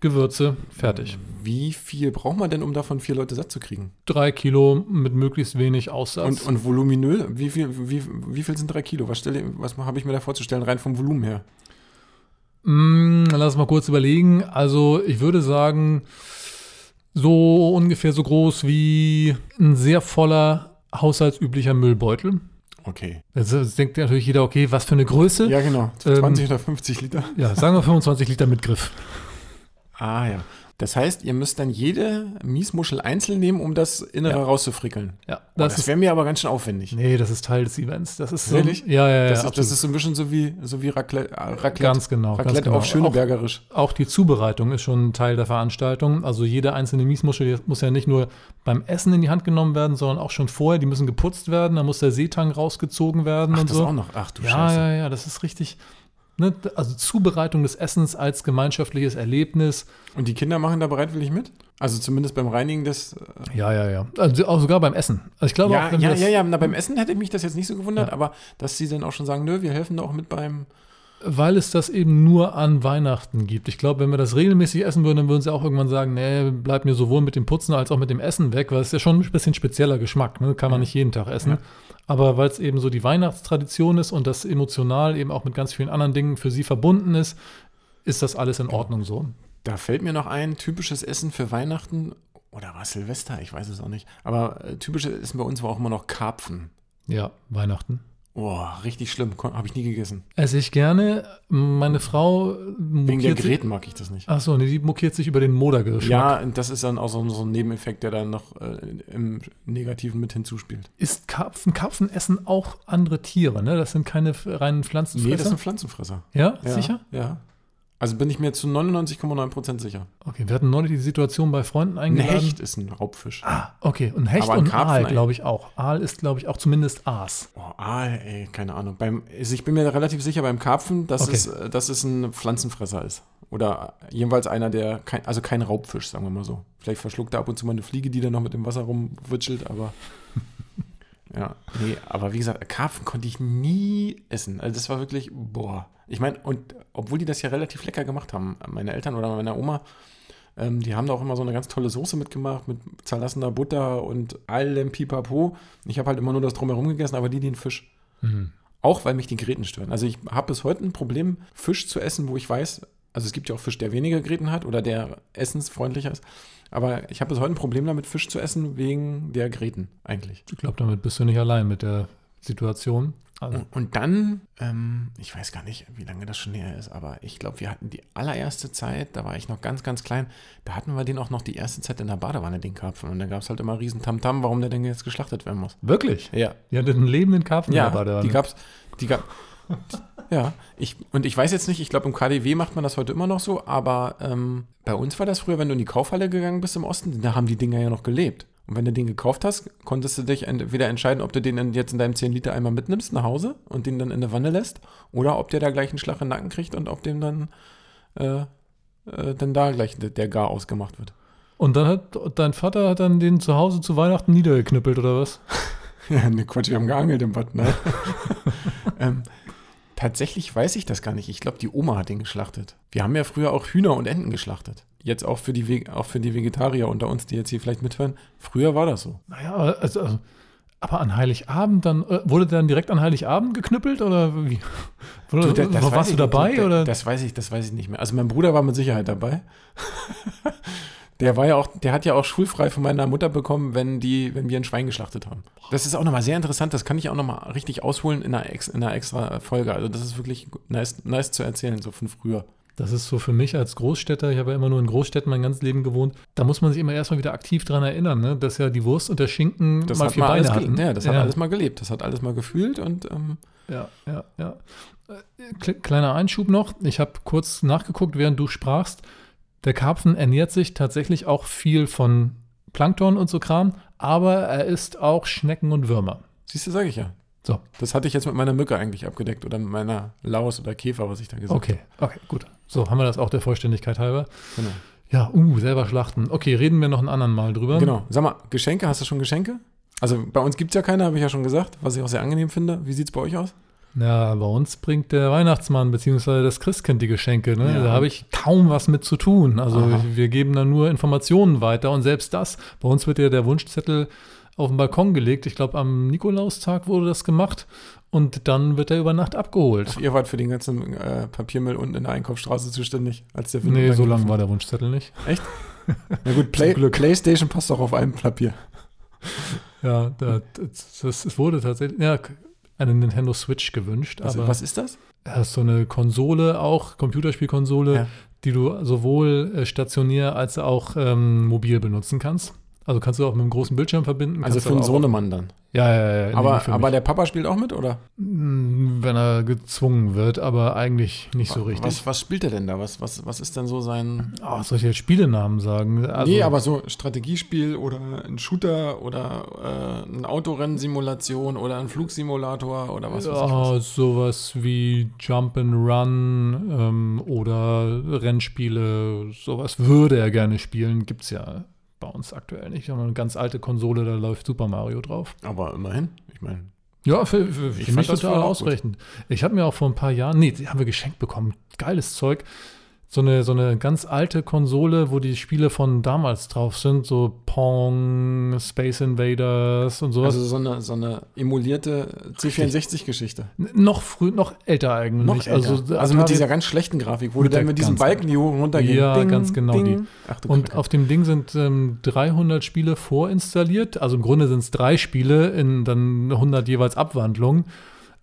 Speaker 1: Gewürze, fertig.
Speaker 2: Wie viel braucht man denn, um davon vier Leute satt zu kriegen?
Speaker 1: Drei Kilo mit möglichst wenig Aussatz.
Speaker 2: Und, und voluminös, wie viel, wie, wie viel sind drei Kilo? Was, stelle- was habe ich mir da vorzustellen, rein vom Volumen her?
Speaker 1: Mm, lass mal kurz überlegen. Also ich würde sagen, so ungefähr so groß wie ein sehr voller haushaltsüblicher Müllbeutel.
Speaker 2: Okay.
Speaker 1: Jetzt äh, denkt natürlich jeder, okay, was für eine Größe?
Speaker 2: Ja, genau.
Speaker 1: Ähm,
Speaker 2: 20 oder 50 Liter.
Speaker 1: ja sagen wir 25 Liter mit Griff.
Speaker 2: Ah, ja. Das heißt, ihr müsst dann jede Miesmuschel einzeln nehmen, um das Innere
Speaker 1: Ja.
Speaker 2: rauszufrickeln.
Speaker 1: Ja,
Speaker 2: Boah,
Speaker 1: das,
Speaker 2: das
Speaker 1: ist
Speaker 2: wäre mir aber ganz schön aufwendig.
Speaker 1: Nee, das ist Teil des Events. Das ist
Speaker 2: Ehrlich?
Speaker 1: So, ja, ja, ja.
Speaker 2: das, ist,
Speaker 1: absolut.
Speaker 2: das ist so ein bisschen so wie, so wie Raclette. äh, Raclette,
Speaker 1: Ganz genau,
Speaker 2: Raclette
Speaker 1: ganz genau.
Speaker 2: auf Schönebergerisch.
Speaker 1: auch die Zubereitung ist schon Teil der Veranstaltung. Also jede einzelne Miesmuschel die muss ja nicht nur beim Essen in die Hand genommen werden, sondern auch schon vorher. Die müssen geputzt werden, da muss der Seetang rausgezogen werden
Speaker 2: Ach,
Speaker 1: und
Speaker 2: das
Speaker 1: so.
Speaker 2: auch noch. Ach du
Speaker 1: ja,
Speaker 2: Scheiße.
Speaker 1: ja, ja, das ist richtig. Ne? Also Zubereitung des Essens als gemeinschaftliches Erlebnis.
Speaker 2: Und die Kinder machen da bereitwillig mit? Also zumindest beim Reinigen des. äh,
Speaker 1: Ja, ja, ja. Also auch sogar beim Essen. Also ich glaube
Speaker 2: Ja,
Speaker 1: auch, wenn
Speaker 2: ja,
Speaker 1: wir das,
Speaker 2: ja, ja. Na, beim Essen hätte mich das jetzt nicht so gewundert, aber dass sie dann auch schon sagen, nö, wir helfen da auch mit beim
Speaker 1: Weil es das eben nur an Weihnachten gibt. Ich glaube, wenn wir das regelmäßig essen würden, dann würden sie auch irgendwann sagen, nee, bleib mir sowohl mit dem Putzen als auch mit dem Essen weg, weil es ist ja schon ein bisschen spezieller Geschmack, ne? kann man nicht jeden Tag essen. Aber weil es eben so die Weihnachtstradition ist und das emotional eben auch mit ganz vielen anderen Dingen für sie verbunden ist, ist das alles in Ordnung so.
Speaker 2: Da fällt mir noch ein typisches Essen für Weihnachten oder war es Silvester, ich weiß es auch nicht. Aber äh, typisches Essen bei uns war auch immer noch Karpfen.
Speaker 1: Ja, Weihnachten.
Speaker 2: Boah, richtig schlimm, habe ich nie gegessen.
Speaker 1: Esse ich gerne. Meine Frau
Speaker 2: Wegen der
Speaker 1: mokiert sich.
Speaker 2: Gräten mag ich das nicht.
Speaker 1: Achso, nee, die mokiert sich über den Modergeschmack.
Speaker 2: Ja, und das ist dann auch so, so ein Nebeneffekt, der dann noch äh, im Negativen mit hinzuspielt.
Speaker 1: Ist Karpfen, Karpfen essen auch andere Tiere, ne? Das sind keine f- reinen Pflanzenfresser.
Speaker 2: Nee, das sind Pflanzenfresser.
Speaker 1: ja,
Speaker 2: Ja,
Speaker 1: sicher?
Speaker 2: Ja. Also bin ich mir zu 99,9% sicher.
Speaker 1: Okay, wir hatten neulich die Situation bei Freunden
Speaker 2: Ein
Speaker 1: eingeladen.
Speaker 2: Hecht ist ein Raubfisch.
Speaker 1: Ah, okay, und Hecht
Speaker 2: Aber ein
Speaker 1: und
Speaker 2: Karpfen
Speaker 1: Aal,
Speaker 2: eigentlich.
Speaker 1: glaube ich, auch. Aal ist, glaube ich, auch zumindest Aas.
Speaker 2: Oh, Aal, ey, keine Ahnung. Beim, also ich bin mir relativ sicher beim Karpfen, dass,
Speaker 1: Okay.
Speaker 2: es, äh, dass es ein Pflanzenfresser ist. Oder äh, jedenfalls einer, der kein, also kein Raubfisch, sagen wir mal so. Vielleicht verschluckt er ab und zu mal eine Fliege, die dann noch mit dem Wasser rumwitschelt, aber. ja, nee, aber wie gesagt, Karpfen konnte ich nie essen. Also das war wirklich, boah. Ich meine, und obwohl die das ja relativ lecker gemacht haben, meine Eltern oder meine Oma, ähm, die haben da auch immer so eine ganz tolle Soße mitgemacht mit zerlassener Butter und allem Pipapo. Ich habe halt immer nur das drumherum gegessen, aber die den Fisch. Auch weil mich die Gräten stören. Also ich habe bis heute ein Problem, Fisch zu essen, wo ich weiß, also es gibt ja auch Fisch, der weniger Gräten hat oder der essensfreundlicher ist. Aber ich habe bis heute ein Problem damit, Fisch zu essen, wegen der Gräten eigentlich.
Speaker 1: Ich glaube, damit bist du nicht allein mit der Situation. Also,
Speaker 2: Und dann, ähm, ich weiß gar nicht, wie lange das schon her ist, aber ich glaube, wir hatten die allererste Zeit, da war ich noch ganz, ganz klein, da hatten wir den auch noch die erste Zeit in der Badewanne, den Karpfen. Und da gab es halt immer riesen Tamtam, warum der denn jetzt geschlachtet werden muss.
Speaker 1: wirklich?
Speaker 2: Ja,
Speaker 1: Ihr hattet einen lebenden Karpfen
Speaker 2: ja,
Speaker 1: in der Badewanne.
Speaker 2: die gab's, die gab, ja, ich, und ich weiß jetzt nicht, ich glaube, im KDW macht man das heute immer noch so, aber ähm, bei uns war das früher, wenn du in die Kaufhalle gegangen bist im Osten, da haben die Dinger ja noch gelebt. Und wenn du den gekauft hast, konntest du dich entweder entscheiden, ob du den dann jetzt in deinem 10-Liter-Eimer mitnimmst nach Hause und den dann in der Wanne lässt, oder ob der da gleich einen Schlag in den Nacken kriegt und ob dem dann, äh, äh, dann da gleich der- der Gar ausgemacht wird.
Speaker 1: Und dann hat dein Vater hat dann den zu Hause zu Weihnachten niedergeknüppelt, oder was?
Speaker 2: Ja, ne Quatsch, wir haben geangelt im Bad, ne? ähm, tatsächlich weiß ich das gar nicht. Ich glaube, die Oma hat den geschlachtet. Wir haben ja früher auch Hühner und Enten geschlachtet. Jetzt auch für die, Ve- auch für die Vegetarier unter uns, die jetzt hier vielleicht mithören. Früher war das so.
Speaker 1: Naja, also, also, aber an Heiligabend dann, äh, wurde dann direkt an Heiligabend geknüppelt oder wie? Oder,
Speaker 2: Du, da- das weiß
Speaker 1: warst
Speaker 2: ich
Speaker 1: du
Speaker 2: nicht.
Speaker 1: dabei
Speaker 2: Da-
Speaker 1: oder?
Speaker 2: Das weiß ich, das weiß ich nicht mehr. Also mein Bruder war mit Sicherheit dabei. Der war ja auch, der hat ja auch schulfrei von meiner Mutter bekommen, wenn die, wenn wir ein Schwein geschlachtet haben. Das ist auch nochmal sehr interessant. Das kann ich auch nochmal richtig ausholen in einer, ex, in einer extra Folge. Also das ist wirklich nice, nice zu erzählen, so von früher.
Speaker 1: Das ist so für mich als Großstädter, ich habe ja immer nur in Großstädten mein ganzes Leben gewohnt, da muss man sich immer erstmal wieder aktiv dran erinnern, ne? dass ja die Wurst und der Schinken
Speaker 2: Das
Speaker 1: mal
Speaker 2: hat
Speaker 1: vier
Speaker 2: mal
Speaker 1: Beine
Speaker 2: alles,
Speaker 1: hatten.
Speaker 2: gelebt. ja, das hat
Speaker 1: ja,
Speaker 2: alles mal gelebt. Das hat alles mal gefühlt und ähm,
Speaker 1: Ja, ja, ja. Äh, kle- Kleiner Einschub noch, ich habe kurz nachgeguckt, während du sprachst, der Karpfen ernährt sich tatsächlich auch viel von Plankton und so Kram, aber er isst auch Schnecken und Würmer.
Speaker 2: siehst du, sage ich ja.
Speaker 1: So,
Speaker 2: Das hatte ich jetzt mit meiner Mücke eigentlich abgedeckt oder mit meiner Laus oder Käfer, was ich da gesagt
Speaker 1: okay, okay, gut. So, haben wir das auch der Vollständigkeit halber.
Speaker 2: habe. Genau.
Speaker 1: Ja, uh, selber schlachten. Okay, reden wir noch einen anderen Mal drüber.
Speaker 2: Genau. Sag mal, Geschenke, hast du schon Geschenke? Also bei uns gibt es ja keine, habe ich ja schon gesagt, was ich auch sehr angenehm finde. Wie sieht es bei euch aus?
Speaker 1: Ja, bei uns bringt der Weihnachtsmann bzw. das Christkind die Geschenke. Ne?
Speaker 2: Ja.
Speaker 1: Da habe ich kaum was mit zu tun. Also
Speaker 2: Aha.
Speaker 1: wir geben da nur Informationen weiter und selbst das. Bei uns wird ja der Wunschzettel auf den Balkon gelegt. Ich glaube, am Nikolaustag wurde das gemacht und dann wird er über Nacht abgeholt.
Speaker 2: Ihr wart für den ganzen äh, Papiermüll unten in der Einkaufsstraße zuständig, als der Wind
Speaker 1: Nee,
Speaker 2: dann
Speaker 1: so lang
Speaker 2: gerufen
Speaker 1: war der Wunschzettel nicht.
Speaker 2: hat. Echt? Na gut, Play PlayStation passt auch auf einem Papier.
Speaker 1: Ja, da, das, das wurde tatsächlich ja, eine Nintendo Switch gewünscht.
Speaker 2: Was,
Speaker 1: aber
Speaker 2: Also was ist das?
Speaker 1: Das ist so eine Konsole auch, Computerspielkonsole,
Speaker 2: Ja.
Speaker 1: die du sowohl äh, stationär als auch ähm, mobil benutzen kannst. Also kannst du auch mit einem großen Bildschirm verbinden.
Speaker 2: Also
Speaker 1: kannst
Speaker 2: für einen
Speaker 1: aber auch-
Speaker 2: Sohnemann dann.
Speaker 1: Ja, ja, ja. ja, nee,
Speaker 2: Aber,
Speaker 1: für
Speaker 2: aber
Speaker 1: mich.
Speaker 2: der Papa spielt auch mit, oder?
Speaker 1: Mm, wenn er gezwungen wird, aber eigentlich nicht so richtig.
Speaker 2: Was, was spielt er denn da? Was, was, was ist denn so sein.
Speaker 1: Oh, soll ich jetzt Spielenamen sagen? Also,
Speaker 2: nee, aber so Strategiespiel oder ein Shooter oder äh, ein Autorennen-Simulation oder ein Flugsimulator oder was weiß ich was.
Speaker 1: Ja, oh, sowas wie Jump and Run ähm, oder Rennspiele, sowas würde er gerne spielen, gibt's ja bei uns aktuell nicht. Wir haben eine ganz alte Konsole, da läuft Super Mario drauf.
Speaker 2: Aber immerhin, ich meine,
Speaker 1: Ja, für, für, für
Speaker 2: fand
Speaker 1: mich
Speaker 2: das
Speaker 1: total
Speaker 2: voll auch
Speaker 1: ausreichend. Ich habe mir auch vor ein paar Jahren, nee, die haben wir geschenkt bekommen. Geiles Zeug. So eine, so eine ganz alte Konsole, wo die Spiele von damals drauf sind, so Pong, Space Invaders und sowas.
Speaker 2: Also so eine, so eine emulierte C64-Geschichte.
Speaker 1: N- noch früh, noch älter eigentlich.
Speaker 2: Also,
Speaker 1: Also,
Speaker 2: also mit
Speaker 1: Atari-
Speaker 2: dieser ganz schlechten Grafik, wo
Speaker 1: Mit
Speaker 2: du
Speaker 1: der
Speaker 2: dann mit diesem
Speaker 1: ganz-
Speaker 2: Balken hier hoch und runter gehst.
Speaker 1: Ja, ganz genau die.
Speaker 2: Ach, du
Speaker 1: Und
Speaker 2: Kacke.
Speaker 1: auf dem Ding sind ähm, 300 Spiele vorinstalliert. Also im Grunde sind es drei Spiele in dann 100 jeweils Abwandlungen.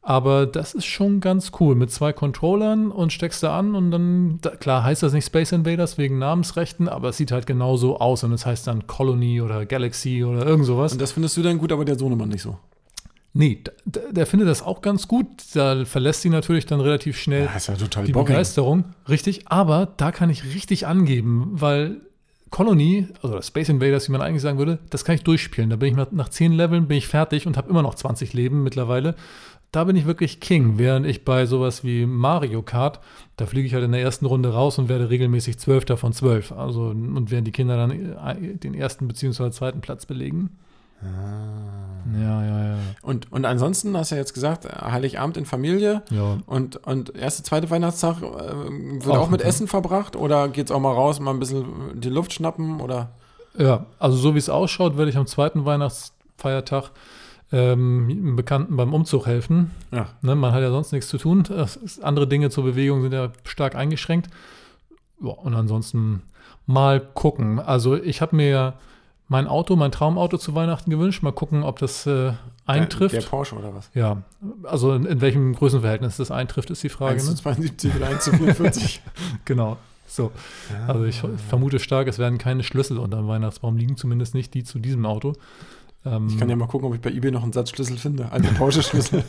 Speaker 1: Aber das ist schon ganz cool. Mit zwei Controllern und steckst da an und dann, da, klar heißt das nicht Space Invaders wegen Namensrechten, aber es sieht halt genauso aus und es heißt dann Colony oder Galaxy oder irgend sowas.
Speaker 2: Und das findest du dann gut, aber der Sohnemann nicht so.
Speaker 1: Nee, d- d- der findet das auch ganz gut. Da verlässt sie natürlich dann relativ schnell
Speaker 2: Ah, ist ja total
Speaker 1: Äh, die Begeisterung, richtig, aber da kann ich richtig angeben, weil Colony, also Space Invaders, wie man eigentlich sagen würde, das kann ich durchspielen. Da bin ich nach, nach 10 Leveln bin ich fertig und habe immer noch 20 Leben mittlerweile. Da bin ich wirklich King, während ich bei sowas wie Mario Kart, da fliege ich halt in der ersten Runde raus und werde regelmäßig Zwölfter von zwölf. Also, und während die Kinder dann äh, den ersten bzw. zweiten Platz belegen. Ja, ja, ja.
Speaker 2: Ah. Und, und ansonsten hast du ja jetzt gesagt, Heiligabend in Familie
Speaker 1: ja.
Speaker 2: und, und erste, zweite Weihnachtstag ähm, wird
Speaker 1: Auch
Speaker 2: auch, mit
Speaker 1: okay.
Speaker 2: Essen verbracht oder geht's auch mal raus, mal ein bisschen die Luft schnappen oder
Speaker 1: Ja, also so wie es ausschaut, werde ich am zweiten Weihnachtsfeiertag ähm, einem Bekannten beim Umzug helfen.
Speaker 2: ja.
Speaker 1: Ne, man hat ja sonst nichts zu tun. Das ist- Andere Dinge zur Bewegung sind ja stark eingeschränkt. Ja, und ansonsten mal gucken. Also ich habe mir ja mein Auto, mein Traumauto zu Weihnachten gewünscht. Mal gucken, ob das äh, eintrifft.
Speaker 2: Der, der Porsche oder was?
Speaker 1: ja, also in, in welchem Größenverhältnis das eintrifft, ist die Frage.
Speaker 2: 1 zu
Speaker 1: Ne?
Speaker 2: 72 oder 1 zu 44.
Speaker 1: Genau. So.
Speaker 2: Ah.
Speaker 1: Also ich vermute stark, es werden keine Schlüssel unter dem Weihnachtsbaum liegen, zumindest nicht die zu diesem Auto. Ähm,
Speaker 2: Ich kann ja mal gucken, ob ich bei eBay noch einen Satzschlüssel finde. Also Porsche-Schlüssel.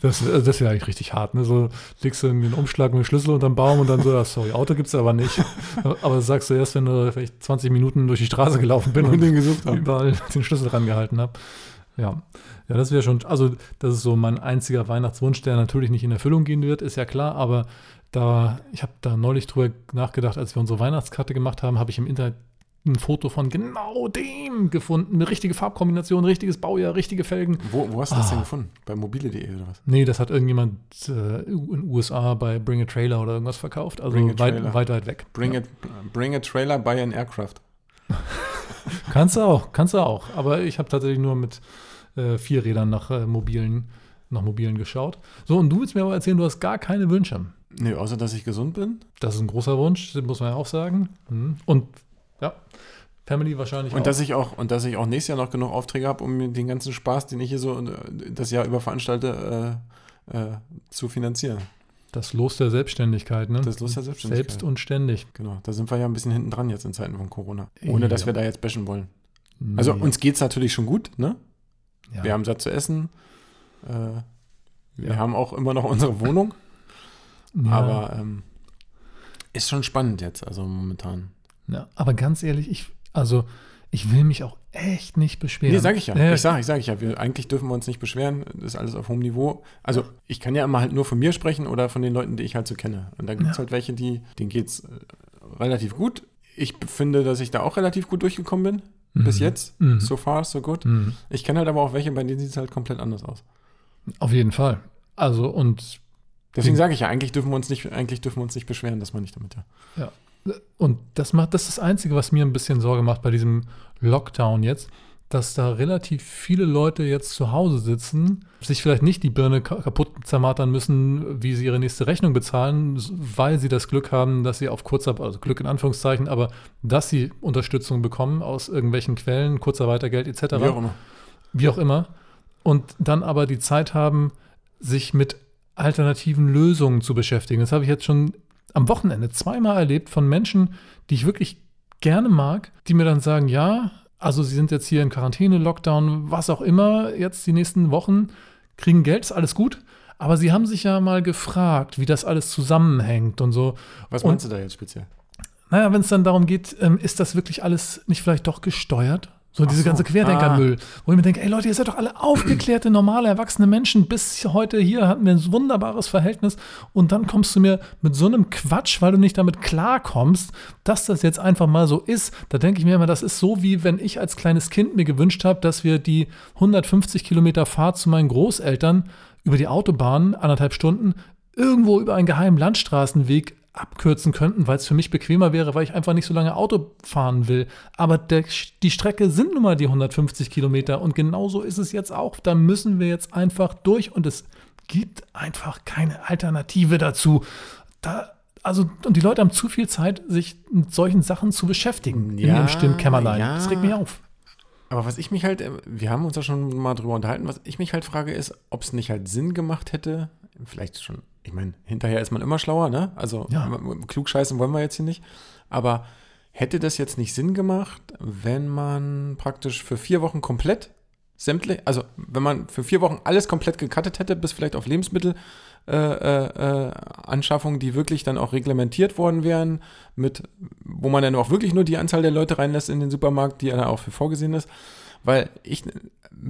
Speaker 1: Das, also das wäre eigentlich richtig hart, ne? So legst du in den Umschlag mit dem Schlüssel unterm Baum und dann so, ja, sorry, Auto gibt's aber nicht. aber das sagst du erst, wenn du vielleicht 20 Minuten durch die Straße gelaufen bin und
Speaker 2: den gesucht habe.
Speaker 1: überall den Schlüssel rangehalten habe. Ja. Ja, das wäre schon, also das ist so mein einziger Weihnachtswunsch, der natürlich nicht in Erfüllung gehen wird, ist ja klar, aber da, ich habe da neulich drüber nachgedacht, als wir unsere Weihnachtskarte gemacht haben, habe ich im Internet ein Foto von genau dem gefunden. Eine richtige Farbkombination, richtiges Baujahr, richtige Felgen.
Speaker 2: Wo, wo hast du das
Speaker 1: Ah.
Speaker 2: denn gefunden? Bei mobile.de oder was?
Speaker 1: Nee, das hat irgendjemand äh, in USA bei Bring a Trailer oder irgendwas verkauft. Also
Speaker 2: Bring a
Speaker 1: weit,
Speaker 2: Trailer.
Speaker 1: weit, weit weg.
Speaker 2: Bring,
Speaker 1: ja.
Speaker 2: it, bring a trailer, buy an aircraft.
Speaker 1: Kannst du auch, kannst du auch. Aber ich habe tatsächlich nur mit äh, vier Rädern nach äh, mobilen, nach mobilen geschaut. So, und du willst mir aber erzählen, du hast gar keine Wünsche.
Speaker 2: Nee, außer dass ich gesund bin.
Speaker 1: Das ist ein großer Wunsch, das muss man ja auch sagen. Mhm. Und ja, Family wahrscheinlich auch.
Speaker 2: Und dass ich auch, und dass ich auch nächstes Jahr noch genug Aufträge habe, um mir den ganzen Spaß, den ich hier so äh, das Jahr über veranstalte, äh, äh, zu finanzieren.
Speaker 1: das Los der Selbstständigkeit, ne?
Speaker 2: Das Los der Selbstständigkeit.
Speaker 1: Selbst und ständig.
Speaker 2: Genau. Da sind wir ja ein bisschen hinten dran jetzt in Zeiten von Corona. Ohne dass
Speaker 1: Ja.
Speaker 2: wir da jetzt bashen wollen. Also
Speaker 1: Nee.
Speaker 2: uns geht's natürlich schon gut, ne?
Speaker 1: ja.
Speaker 2: Wir haben satt zu essen. Äh, wir
Speaker 1: Ja.
Speaker 2: haben auch immer noch unsere Wohnung.
Speaker 1: ja.
Speaker 2: Aber ähm, ist schon spannend jetzt, also momentan.
Speaker 1: Ja, aber ganz ehrlich, ich, also ich will mich auch echt nicht beschweren.
Speaker 2: Nee, sag ich ja.
Speaker 1: Äh,
Speaker 2: Ich sag, ich sag ich ja. Wir, eigentlich dürfen wir uns nicht beschweren. Das ist alles auf hohem Niveau. Also ich kann ja immer halt nur von mir sprechen oder von den Leuten, die ich halt so kenne. Und da gibt's
Speaker 1: Ja.
Speaker 2: halt welche, die, denen geht's äh, relativ gut. Ich finde, dass ich da auch relativ gut durchgekommen bin. Bis
Speaker 1: Mhm.
Speaker 2: jetzt.
Speaker 1: Mhm.
Speaker 2: So far, so good.
Speaker 1: Mhm.
Speaker 2: Ich kenne halt aber auch welche, bei denen sieht's halt komplett anders aus.
Speaker 1: Auf jeden Fall. Also und,
Speaker 2: Deswegen
Speaker 1: Mhm.
Speaker 2: sage ich ja, eigentlich dürfen wir uns nicht, eigentlich dürfen wir uns nicht beschweren, dass man nicht damit ja.
Speaker 1: und das macht, das ist das Einzige, was mir ein bisschen Sorge macht bei diesem Lockdown jetzt, dass da relativ viele Leute jetzt zu Hause sitzen, sich vielleicht nicht die Birne ka- kaputt zermatern müssen, wie sie ihre nächste Rechnung bezahlen, s- weil sie das Glück haben, dass sie auf Kurzarbeit, also Glück in Anführungszeichen, aber dass sie Unterstützung bekommen aus irgendwelchen Quellen, Kurzarbeitergeld etc.
Speaker 2: Wie auch immer.
Speaker 1: wie auch immer, und dann aber die Zeit haben, sich mit alternativen Lösungen zu beschäftigen. Das habe ich jetzt schon am Wochenende zweimal erlebt von Menschen, die ich wirklich gerne mag, die mir dann sagen, ja, also sie sind jetzt hier in Quarantäne, Lockdown, was auch immer, jetzt die nächsten Wochen, kriegen Geld, ist alles gut. Aber sie haben sich ja mal gefragt, wie das alles zusammenhängt und so.
Speaker 2: Was
Speaker 1: Und-
Speaker 2: meinst du da jetzt speziell?
Speaker 1: Naja, wenn es dann darum geht, ähm, ist das wirklich alles nicht vielleicht doch gesteuert? So diese
Speaker 2: so,
Speaker 1: ganze Querdenkermüll. Wo ich mir denke, ey Leute, ihr seid doch alle aufgeklärte, normale, erwachsene Menschen. Bis heute hier hatten wir ein wunderbares Verhältnis. Und dann kommst du mir mit so einem Quatsch, weil du nicht damit klarkommst, dass das jetzt einfach mal so ist. Da denke ich mir immer, das ist so, wie wenn ich als kleines Kind mir gewünscht habe, dass wir die 150 Kilometer Fahrt zu meinen Großeltern über die Autobahn, anderthalb Stunden, irgendwo über einen geheimen Landstraßenweg abkürzen könnten, weil es für mich bequemer wäre, weil ich einfach nicht so lange Auto fahren will. Aber der, die Strecke sind nun mal die 150 Kilometer und genauso ist es jetzt auch. Da müssen wir jetzt einfach durch und es gibt einfach keine Alternative dazu. Da, also, und die Leute haben zu viel Zeit, sich mit solchen Sachen zu beschäftigen in
Speaker 2: Ja,
Speaker 1: ihrem Stimmkämmerlein.
Speaker 2: ja.
Speaker 1: Das regt mich auf.
Speaker 2: Aber was ich mich halt, äh, wir haben uns da schon mal drüber unterhalten, was ich mich halt frage, ist, ob es nicht halt Sinn gemacht hätte, vielleicht schon, ich meine, hinterher ist man immer schlauer, ne? Also
Speaker 1: Ja.
Speaker 2: m- m- klugscheißen wollen wir jetzt hier nicht. Aber hätte das jetzt nicht Sinn gemacht, wenn man praktisch für vier Wochen komplett sämtlich, also wenn man für vier Wochen alles komplett gecuttet hätte, bis vielleicht auf Lebensmittel äh, äh, äh, Anschaffungen, die wirklich dann auch reglementiert worden wären, mit, wo man dann auch wirklich nur die Anzahl der Leute reinlässt in den Supermarkt, die dann auch für vorgesehen ist. Weil ich,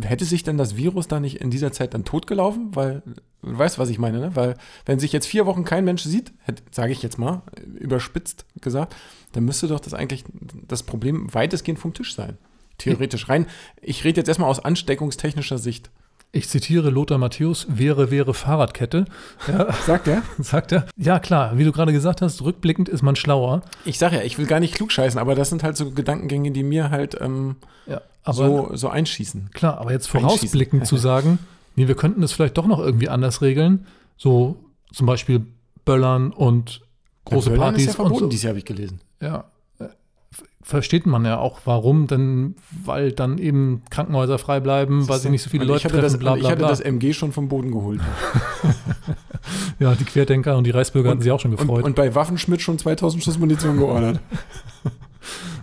Speaker 2: hätte sich dann das Virus da nicht in dieser Zeit dann totgelaufen? Weil, du weißt, was ich meine, ne? Weil, wenn sich jetzt vier Wochen kein Mensch sieht, sage ich jetzt mal, überspitzt gesagt, dann müsste doch das eigentlich das Problem weitestgehend vom Tisch sein. Theoretisch rein. Ich rede jetzt erstmal aus ansteckungstechnischer Sicht.
Speaker 1: Ich zitiere Lothar Matthäus, wäre, wäre Fahrradkette,
Speaker 2: Sagt er?
Speaker 1: sagt er. Ja, klar, wie du gerade gesagt hast, rückblickend ist man schlauer.
Speaker 2: Ich sage ja, ich will gar nicht klugscheißen, aber das sind halt so Gedankengänge, die mir halt ähm,
Speaker 1: Ja, aber
Speaker 2: so, so einschießen.
Speaker 1: Klar, aber jetzt vorausblickend zu sagen, nee, wir könnten es vielleicht doch noch irgendwie anders regeln. So zum Beispiel Böllern und große
Speaker 2: Böllern
Speaker 1: Partys
Speaker 2: ist ja verboten,
Speaker 1: und so.
Speaker 2: dieses Jahr habe ich gelesen.
Speaker 1: Ja. äh, f- Versteht man ja auch, warum, denn weil dann eben Krankenhäuser frei bleiben, weil sie nicht so viele
Speaker 2: Und
Speaker 1: Leute
Speaker 2: also ich hatte
Speaker 1: treffen,
Speaker 2: das,
Speaker 1: bla
Speaker 2: und
Speaker 1: bla
Speaker 2: Ich hatte
Speaker 1: bla.
Speaker 2: das MG schon vom Boden geholt.
Speaker 1: Ja, die Querdenker und die Reichsbürger hatten sich auch schon
Speaker 2: Und,
Speaker 1: gefreut,
Speaker 2: und bei Waffenschmidt schon 2000 Schuss Munition geordert.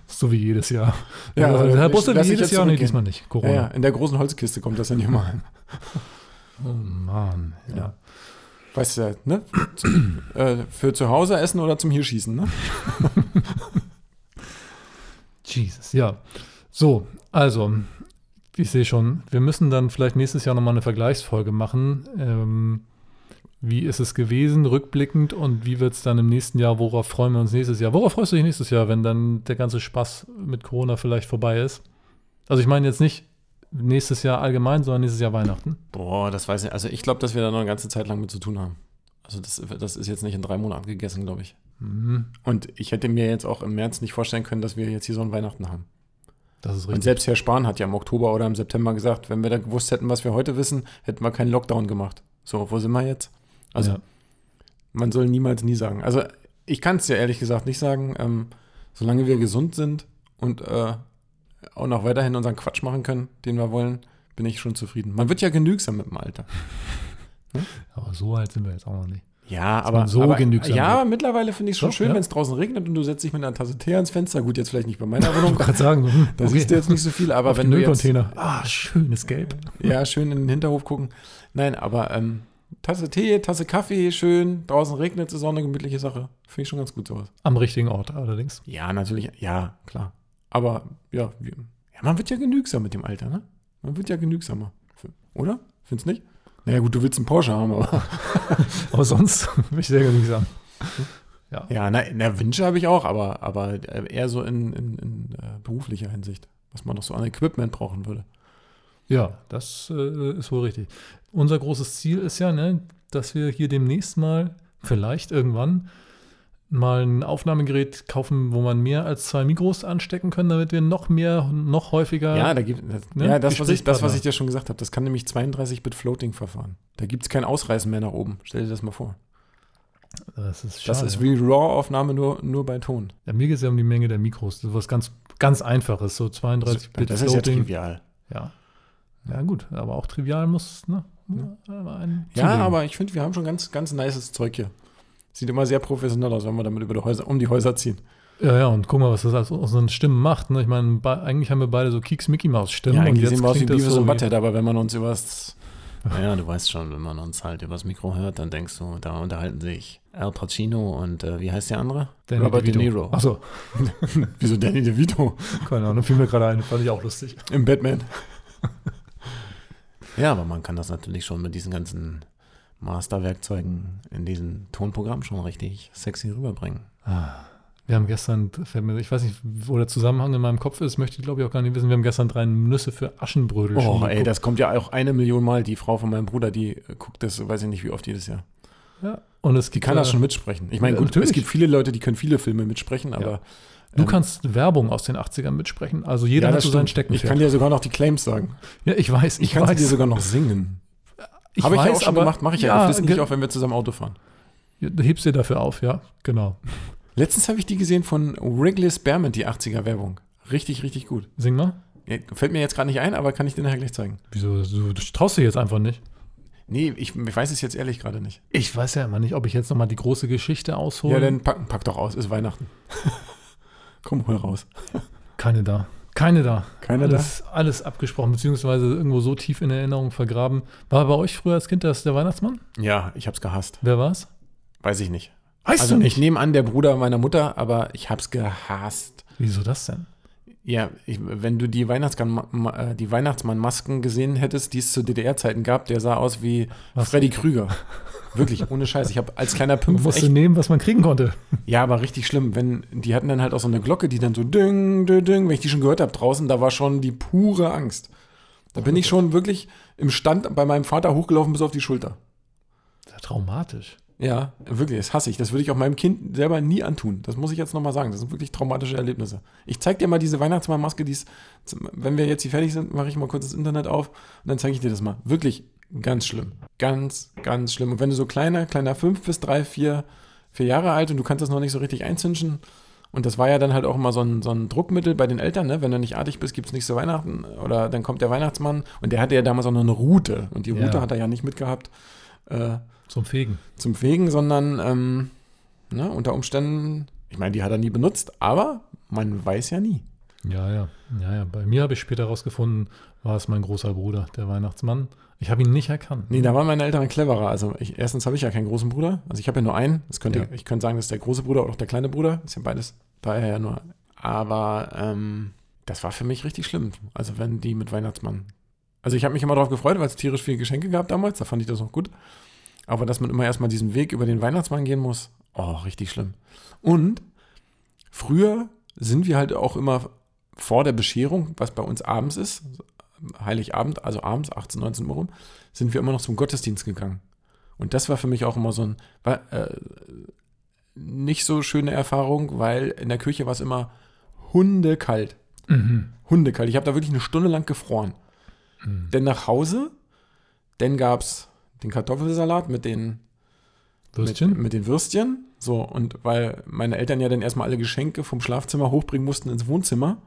Speaker 1: so wie jedes Jahr.
Speaker 2: Ja,
Speaker 1: also,
Speaker 2: also
Speaker 1: Herr
Speaker 2: ich-
Speaker 1: Busse, wie
Speaker 2: lass ich
Speaker 1: jedes
Speaker 2: jetzt
Speaker 1: Jahr, nee,
Speaker 2: zurückgehen.
Speaker 1: diesmal nicht,
Speaker 2: Ja,
Speaker 1: Corona.
Speaker 2: ja, in der großen Holzkiste kommt das dann immer an.
Speaker 1: Oh Mann, ja.
Speaker 2: Weißt du, ja, ne? Zum, äh, für zu Hause essen oder zum hier schießen, ne?
Speaker 1: Jesus, ja. So, also, ich sehe schon, wir müssen dann vielleicht nächstes Jahr nochmal eine Vergleichsfolge machen. Ähm, wie ist es gewesen, rückblickend und wie wird es dann im nächsten Jahr, worauf freuen wir uns nächstes Jahr? Worauf freust du dich nächstes Jahr, wenn dann der ganze Spaß mit Corona vielleicht vorbei ist? Also ich meine jetzt nicht nächstes Jahr allgemein, sondern nächstes Jahr Weihnachten.
Speaker 2: Boah, das weiß ich. Also ich glaube, dass wir da noch eine ganze Zeit lang mit zu tun haben. Also das, das ist jetzt nicht in drei Monaten gegessen, glaube ich.
Speaker 1: Mhm,
Speaker 2: Und ich hätte mir jetzt auch im März nicht vorstellen können, dass wir jetzt hier so ein Weihnachten haben.
Speaker 1: das ist
Speaker 2: Und
Speaker 1: richtig.
Speaker 2: selbst Herr Spahn hat ja im Oktober oder im September gesagt, wenn wir da gewusst hätten, was wir heute wissen, hätten wir keinen Lockdown gemacht. So, wo sind wir jetzt? Also
Speaker 1: ja.
Speaker 2: Man soll niemals nie sagen. Also ich kann es dir ehrlich gesagt nicht sagen. Ähm, solange wir gesund sind und äh, auch noch weiterhin unseren Quatsch machen können, den wir wollen, bin ich schon zufrieden. Man wird ja genügsam mit dem Alter.
Speaker 1: Aber so alt sind wir jetzt auch noch nicht.
Speaker 2: Ja,
Speaker 1: man so
Speaker 2: aber
Speaker 1: genügsam
Speaker 2: Ja, mittlerweile finde ich es schon
Speaker 1: Doch,
Speaker 2: schön,
Speaker 1: ja.
Speaker 2: wenn es draußen regnet und du setzt dich mit einer Tasse Tee ans Fenster. Gut, jetzt vielleicht nicht bei meiner
Speaker 1: Ich
Speaker 2: Wohnung.
Speaker 1: wollte gerade sagen, so, hm,
Speaker 2: Da siehst du jetzt nicht so viel, aber
Speaker 1: auf
Speaker 2: wenn
Speaker 1: den
Speaker 2: du jetzt,
Speaker 1: Müllcontainer. Ah, schönes Gelb.
Speaker 2: ja schön in den Hinterhof gucken. Nein, aber ähm, Tasse Tee, Tasse Kaffee, schön. Draußen regnet es, ist auch eine gemütliche Sache. Finde ich schon ganz gut sowas.
Speaker 1: Am richtigen Ort allerdings.
Speaker 2: Ja, natürlich. Ja, klar. Aber ja, wir, ja, man wird ja genügsam mit dem Alter, ne? Man wird ja genügsamer. F- Oder? Findest nicht? Naja, gut, du willst einen Porsche haben, aber.
Speaker 1: Aber sonst bin ich sehr genügsam.
Speaker 2: Ja, na, na Wünsche habe ich auch, aber, aber äh, eher so in, in, in äh, beruflicher Hinsicht, was man noch so an Equipment brauchen würde.
Speaker 1: Ja, das äh, ist wohl richtig. Unser großes Ziel ist ja, ne, dass wir hier demnächst mal, vielleicht irgendwann, mal ein Aufnahmegerät kaufen, wo man mehr als zwei Mikros anstecken können, damit wir noch mehr, noch häufiger.
Speaker 2: Ja, da gibt das,
Speaker 1: Ne?
Speaker 2: ja, das, was ich, das,
Speaker 1: Gesprächspartner.
Speaker 2: was ich dir schon gesagt habe, das kann nämlich 32-Bit-Floating-Verfahren. Da gibt es kein Ausreißen mehr nach oben. Stell dir das mal vor.
Speaker 1: das ist schade.
Speaker 2: Das ist wie RAW-Aufnahme nur, nur bei Ton.
Speaker 1: ja, mir geht es ja um die Menge der Mikros. Das ist was ganz, ganz Einfaches, so 32 Bit
Speaker 2: das ist ja trivial.
Speaker 1: Ja. ja, gut, aber auch trivial muss, ne? aber ein
Speaker 2: Ja,
Speaker 1: zulegen.
Speaker 2: aber ich finde, wir haben schon ganz, ganz nices Zeug hier. Sieht immer sehr professionell aus, wenn wir damit über die Häuser, um die Häuser ziehen.
Speaker 1: Ja, ja, und guck mal, was das aus unseren Stimmen macht. Ne? Ich meine, be- eigentlich haben wir beide so Kicks Mickey Maus Stimmen. und jetzt klingt das so wie-
Speaker 2: Butthead, aber wenn man uns übers
Speaker 3: Ja, du weißt schon, wenn man uns halt übers Mikro hört, dann denkst du, da unterhalten sich Al Pacino und äh, wie heißt der andere?
Speaker 1: Danny
Speaker 3: Robert De
Speaker 1: DeVito.
Speaker 3: Niro.
Speaker 1: Achso,
Speaker 3: Wieso Danny DeVito?
Speaker 1: keine Ahnung, fiel mir gerade ein, fand ich auch lustig.
Speaker 2: Im Batman.
Speaker 3: Ja, aber man kann das natürlich schon mit diesen ganzen Masterwerkzeugen in diesem Tonprogramm schon richtig sexy rüberbringen.
Speaker 1: Wir haben gestern, fällt mir- ich weiß nicht, wo der Zusammenhang in meinem Kopf ist, möchte ich glaube ich auch gar nicht wissen. Wir haben gestern drei Nüsse für Aschenbrödel schon
Speaker 3: Oh,
Speaker 1: geguckt.
Speaker 3: ey, das kommt ja auch eine Million Mal. Die Frau von meinem Bruder, die äh, guckt das, weiß ich nicht, wie oft jedes Jahr.
Speaker 1: ja. Und es
Speaker 3: Die
Speaker 1: gibt,
Speaker 3: kann das
Speaker 1: äh,
Speaker 3: schon mitsprechen. Ich meine,
Speaker 1: Ja,
Speaker 3: gut,
Speaker 1: natürlich.
Speaker 3: es gibt viele Leute, die können viele Filme mitsprechen, aber
Speaker 1: Du
Speaker 3: ähm,
Speaker 1: kannst Werbung aus den 80ern mitsprechen. Also jeder
Speaker 3: Ja,
Speaker 1: hat
Speaker 3: das
Speaker 1: so seinen
Speaker 3: stimmt.
Speaker 1: Steckenpferd.
Speaker 3: Ich kann dir sogar noch die Claims sagen.
Speaker 1: ja, ich weiß,
Speaker 3: Ich
Speaker 1: ich,
Speaker 3: kann sie
Speaker 1: weiß.
Speaker 3: dir sogar noch singen.
Speaker 1: ich
Speaker 2: Habe ich
Speaker 1: weiß,
Speaker 2: ja auch schon
Speaker 1: aber-
Speaker 2: gemacht, mache ich ja, auf Disney
Speaker 1: ge-
Speaker 2: nicht, auch wenn wir zusammen Auto fahren.
Speaker 1: Du hebst dir dafür auf, ja, genau.
Speaker 2: Letztens habe ich die gesehen von Wrigley Spearmint, die 80er-Werbung. Richtig, richtig gut.
Speaker 1: Sing mal.
Speaker 2: Ja, Fällt mir jetzt gerade nicht ein, aber kann ich dir nachher gleich zeigen.
Speaker 1: Wieso, du, du traust dich jetzt einfach nicht?
Speaker 2: Nee, ich, ich weiß es jetzt ehrlich gerade nicht.
Speaker 1: Ich weiß ja immer nicht, ob ich jetzt nochmal die große Geschichte aushole.
Speaker 2: Ja, dann pack, pack doch aus, ist Weihnachten. Komm, hol raus.
Speaker 1: Keine da. Keine da.
Speaker 2: Keine
Speaker 1: alles, alles abgesprochen, beziehungsweise irgendwo so tief in Erinnerung vergraben. War bei euch früher als Kind das der Weihnachtsmann?
Speaker 2: Ja, ich hab's gehasst.
Speaker 1: Wer war's?
Speaker 2: Weiß ich nicht.
Speaker 1: Weißt
Speaker 2: also ich nehme an, der Bruder meiner Mutter, aber ich hab's gehasst.
Speaker 1: Wieso das denn?
Speaker 2: Ja, ich, wenn du die, Weihnachtsmann, ma- äh, die Weihnachtsmann-Masken gesehen hättest, die es zu DDR-Zeiten gab, der sah aus wie
Speaker 1: Was?
Speaker 2: Freddy Krüger. Wirklich, ohne Scheiß. Ich habe als kleiner
Speaker 1: Man
Speaker 2: Pimpf
Speaker 1: musste nehmen, was man kriegen konnte.
Speaker 2: Ja, aber richtig schlimm, wenn die hatten dann halt auch so eine Glocke, die dann so ding, ding, ding, wenn ich die schon gehört hab draußen, da war schon die pure Angst. Da bin ich schon wirklich im Stand bei meinem Vater hochgelaufen bis auf die Schulter.
Speaker 1: Ja, traumatisch.
Speaker 2: Ja, wirklich, das hasse ich. Das würde ich auch meinem Kind selber nie antun. Das muss ich jetzt nochmal sagen. Das sind wirklich traumatische Erlebnisse. Ich zeig dir mal diese Weihnachtsmannmaske, die ist, wenn wir jetzt hier fertig sind, mache ich mal kurz das Internet auf und dann zeige ich dir das mal. Wirklich ganz schlimm. Ganz, ganz schlimm. Und wenn du so kleiner, kleiner fünf bis drei, vier, vier Jahre alt und du kannst das noch nicht so richtig einzünschen, und das war ja dann halt auch immer so ein, so ein Druckmittel bei den Eltern, ne? Wenn du nicht artig bist, gibt's nichts zu Weihnachten. Oder dann kommt der Weihnachtsmann und der hatte ja damals auch noch eine Rute. Und die
Speaker 1: Ja.
Speaker 2: Rute hat er ja nicht mitgehabt. Äh,
Speaker 1: Zum Fegen.
Speaker 2: zum Fegen, sondern ähm, ne, unter Umständen, ich meine, die hat er nie benutzt, aber man weiß ja nie.
Speaker 1: Ja, ja. Ja, ja. Bei mir habe ich später rausgefunden, war es mein großer Bruder, der Weihnachtsmann. Ich habe ihn nicht erkannt.
Speaker 2: Nee, da waren meine Eltern cleverer. Also ich, erstens habe ich ja keinen großen Bruder. Also ich habe ja nur einen. Das könnte,
Speaker 1: Ja.
Speaker 2: Ich könnte sagen, das ist der große Bruder oder auch der kleine Bruder. Ist ja beides. Daher ja nur. Aber ähm, das war für mich richtig schlimm. Also wenn die mit Weihnachtsmann. Also ich habe mich immer darauf gefreut, weil es tierisch viele Geschenke gab damals. Da fand ich das noch gut. Aber dass man immer erstmal diesen Weg über den Weihnachtsmann gehen muss, oh, richtig schlimm. Und früher sind wir halt auch immer vor der Bescherung, was bei uns abends ist, Heiligabend, also abends, 18, 19 Uhr rum, sind wir immer noch zum Gottesdienst gegangen. Und das war für mich auch immer so ein war, äh, nicht so schöne Erfahrung, weil in der Kirche war es immer hundekalt.
Speaker 1: Mhm.
Speaker 2: Hundekalt. Ich habe da wirklich eine Stunde lang gefroren.
Speaker 1: Mhm.
Speaker 2: Denn nach Hause, dann gab es den Kartoffelsalat mit den, mit,
Speaker 1: Würstchen?
Speaker 2: mit den Würstchen. So, und weil meine Eltern ja dann erstmal alle Geschenke vom Schlafzimmer hochbringen mussten ins Wohnzimmer,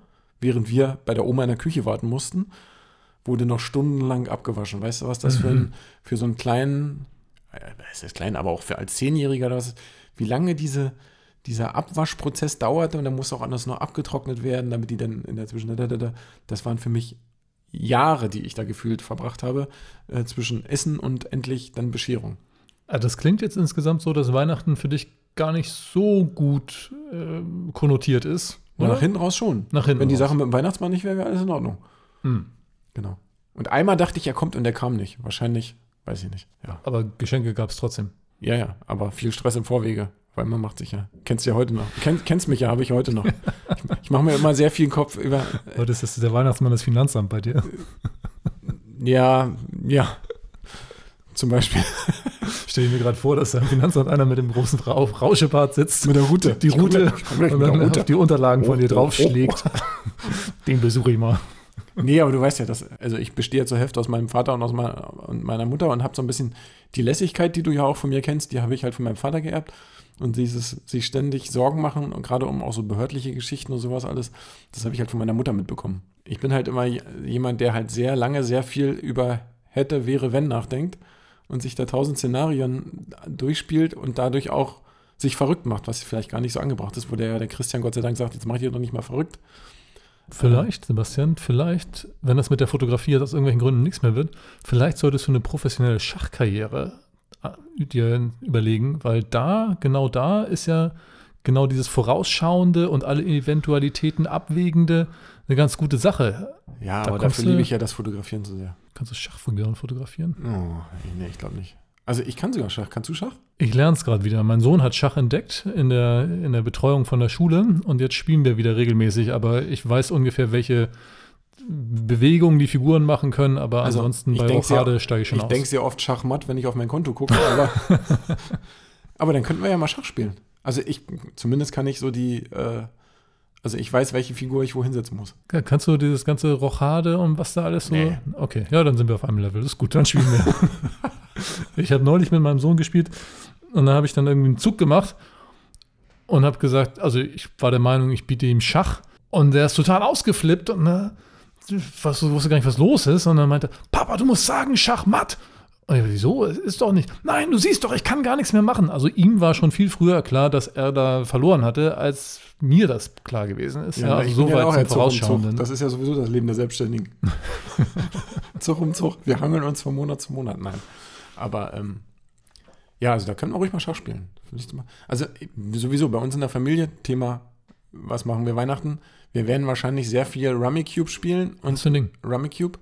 Speaker 2: während wir bei der Oma in der Küche warten mussten, wurde noch stundenlang abgewaschen. Weißt du, was das für, ein, für so einen kleinen, äh, es ist klein, aber auch für als Zehnjähriger, oder was, wie lange diese, dieser Abwaschprozess dauerte und dann muss auch anders noch abgetrocknet werden, damit die dann in der Zwischenzeit, da, da, da. das waren für mich Jahre, die ich da gefühlt verbracht habe, äh, zwischen Essen und endlich dann Bescherung.
Speaker 1: Ah, Das klingt jetzt insgesamt so, dass Weihnachten für dich gar nicht so gut ähm, konnotiert ist.
Speaker 2: Und
Speaker 1: oder?
Speaker 2: nach hinten raus schon.
Speaker 1: Nach hinten
Speaker 2: Wenn die
Speaker 1: raus.
Speaker 2: Sache mit dem Weihnachtsmann nicht wäre, wäre alles in Ordnung.
Speaker 1: Hm.
Speaker 2: Genau. Und einmal dachte ich, er kommt und er kam nicht. Wahrscheinlich, weiß ich nicht. Ja,
Speaker 1: Aber Geschenke gab es trotzdem.
Speaker 2: ja, ja aber viel Stress im Vorwege. Weil man macht sich ja. Kennst du ja heute noch. Kenn, kennst mich ja, habe ich heute noch. Ich, ich mache mir immer sehr viel Kopf über.
Speaker 1: Heute ist das der Weihnachtsmann das Finanzamt bei dir.
Speaker 2: Ja, ja. Zum Beispiel
Speaker 1: Stell ich mir gerade vor, dass da im Finanzamt einer mit dem großen Ra Rauschebart sitzt,
Speaker 2: mit der Route.
Speaker 1: die
Speaker 2: Ich guck
Speaker 1: Route
Speaker 2: gleich- ich guck gleich
Speaker 1: und
Speaker 2: mit der Oh,
Speaker 1: dann
Speaker 2: Route.
Speaker 1: auf die Unterlagen von dir draufschlägt.
Speaker 2: oh.
Speaker 1: Den besuche ich mal.
Speaker 2: Nee, aber du weißt ja, dass, also ich bestehe ja zur Hälfte aus meinem Vater und aus meiner, und meiner Mutter und habe so ein bisschen die Lässigkeit, die du ja auch von mir kennst, die habe ich halt von meinem Vater geerbt. Und dieses sich ständig Sorgen machen und gerade um auch so behördliche Geschichten und sowas alles, das habe ich halt von meiner Mutter mitbekommen. Ich bin halt immer j- jemand, der halt sehr lange sehr viel über hätte, wäre, wenn nachdenkt und sich da tausend Szenarien durchspielt und dadurch auch sich verrückt macht, was vielleicht gar nicht so angebracht ist, wo der, der Christian Gott sei Dank sagt, jetzt mach ich doch nicht mal verrückt.
Speaker 1: Vielleicht, Sebastian, vielleicht, wenn das mit der Fotografie jetzt aus irgendwelchen Gründen nichts mehr wird, vielleicht solltest du eine professionelle Schachkarriere äh, dir überlegen, weil da, genau da ist ja genau dieses Vorausschauende und alle Eventualitäten abwägende eine ganz gute Sache.
Speaker 2: Ja,
Speaker 1: Da
Speaker 2: aber
Speaker 1: kommst
Speaker 2: dafür
Speaker 1: du-
Speaker 2: liebe ich ja das Fotografieren so sehr.
Speaker 1: Kannst du Schachfiguren fotografieren?
Speaker 2: Oh, nee, ich glaube nicht. Also ich kann sogar Schach. Kannst du Schach?
Speaker 1: Ich lerne es gerade wieder. Mein Sohn hat Schach entdeckt in der, in der Betreuung von der Schule und jetzt spielen wir wieder regelmäßig, aber ich weiß ungefähr, welche Bewegungen die Figuren machen können, aber
Speaker 2: Also,
Speaker 1: ansonsten
Speaker 2: ich
Speaker 1: bei
Speaker 2: denk sehr-
Speaker 1: Rochade steige ich schon
Speaker 2: ich denke
Speaker 1: aus.
Speaker 2: sehr oft Schachmatt, wenn ich auf mein Konto gucke, aber, aber dann könnten wir ja mal Schach spielen. Also ich, zumindest kann ich so die, äh, also ich weiß, welche Figur ich wohin setzen muss.
Speaker 1: Ja, Kannst du dieses ganze Rochade und was da alles so?
Speaker 2: Nee.
Speaker 1: Okay, ja, dann sind wir auf einem Level. Das ist gut, dann spielen wir. ich habe neulich mit meinem Sohn gespielt und dann habe ich dann irgendwie einen Zug gemacht und habe gesagt, also ich war der Meinung, ich biete ihm Schach und der ist total ausgeflippt und ne, was, wusste gar nicht, was los ist und dann meinte, er, Papa, du musst sagen Schachmatt. Und ich, wieso? Es Ist doch nicht. Nein, du siehst doch, ich kann gar nichts mehr machen. Also ihm war schon viel früher klar, dass er da verloren hatte, als mir das klar gewesen ist. Ja, also
Speaker 2: ich
Speaker 1: so
Speaker 2: bin
Speaker 1: weit zum
Speaker 2: jetzt Zug um Zug.
Speaker 1: Vorausschauenden.
Speaker 2: Das ist ja sowieso das Leben der Selbstständigen. Zug um Zug. Wir hangeln uns von Monat zu Monat. Nein. Aber ähm, ja, also da können wir ruhig mal Schach spielen. Finde ich mal- Also äh, sowieso bei uns in der Familie Thema, was machen wir Weihnachten? Wir werden wahrscheinlich sehr viel Rummy Cube spielen und
Speaker 1: Das ist ein Ding.
Speaker 2: Rummy Cube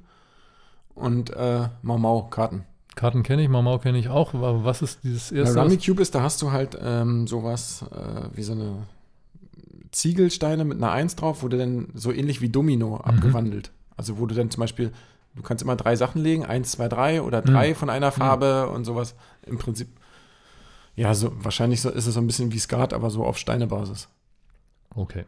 Speaker 2: und äh, Mau Mau Karten.
Speaker 1: Karten kenne ich, Mamau kenne ich auch, aber was ist dieses
Speaker 2: Ja,
Speaker 1: erste?
Speaker 2: Rummy
Speaker 1: was-
Speaker 2: Cube ist, da hast du halt ähm, sowas äh, wie so eine Ziegelsteine mit einer Eins drauf, wurde dann so ähnlich wie Domino abgewandelt. Also wo du dann zum Beispiel, du kannst immer drei Sachen legen, eins, zwei, drei oder drei von einer Farbe und sowas. Im Prinzip, ja, so wahrscheinlich so ist es so ein bisschen wie Skat, aber so auf Steinebasis.
Speaker 1: Okay,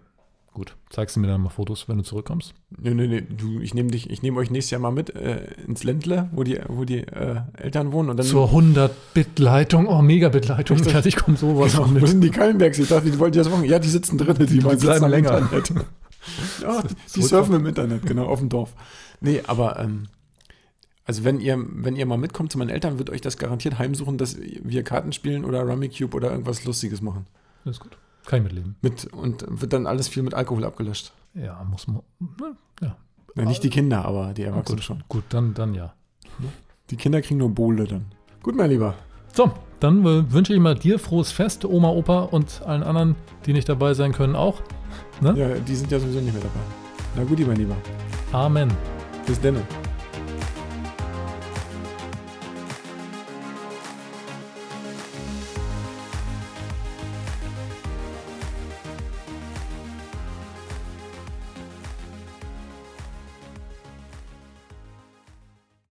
Speaker 1: gut. Zeigst du mir dann mal Fotos, wenn du zurückkommst?
Speaker 2: Nö, nö, nö, du, ich nehme dich, ich nehme euch nächstes Jahr mal mit äh, ins Ländle, wo die, wo die äh, Eltern wohnen und dann
Speaker 1: Zur 100-Bit-Leitung, oh, Mega-Bit-Leitung.
Speaker 2: Richtig.
Speaker 1: Ich komme sowas
Speaker 2: Genau,
Speaker 1: noch
Speaker 2: Wo
Speaker 1: mit.
Speaker 2: sind die Kallenbergs? Ich dachte, die wollten das machen. Ja, die sitzen drinnen, die, sitzen
Speaker 1: bleiben
Speaker 2: am
Speaker 1: länger.
Speaker 2: Internet. ja, die, die
Speaker 1: So-
Speaker 2: surfen im Internet, genau, auf dem Dorf. Nee, aber ähm, also wenn ihr, wenn ihr mal mitkommt zu meinen Eltern, wird euch das garantiert heimsuchen, dass wir Karten spielen oder Rummy Cube oder irgendwas Lustiges machen.
Speaker 1: Das ist gut. Kann ich mitleben.
Speaker 2: Mit, und wird dann alles viel mit Alkohol abgelöscht.
Speaker 1: Ja, muss man. Ja,
Speaker 2: Na, nicht die Kinder, aber die Erwachsenen
Speaker 1: gut.
Speaker 2: schon.
Speaker 1: Gut, dann, dann ja.
Speaker 2: Die Kinder kriegen nur Bohle dann. Gut, mein Lieber.
Speaker 1: So, dann äh, wünsche ich mal dir frohes Fest, Oma, Opa und allen anderen, die nicht dabei sein können, auch.
Speaker 2: Ja, die sind ja sowieso nicht mehr dabei. Na gut, mein Lieber.
Speaker 1: Amen.
Speaker 2: Bis denne.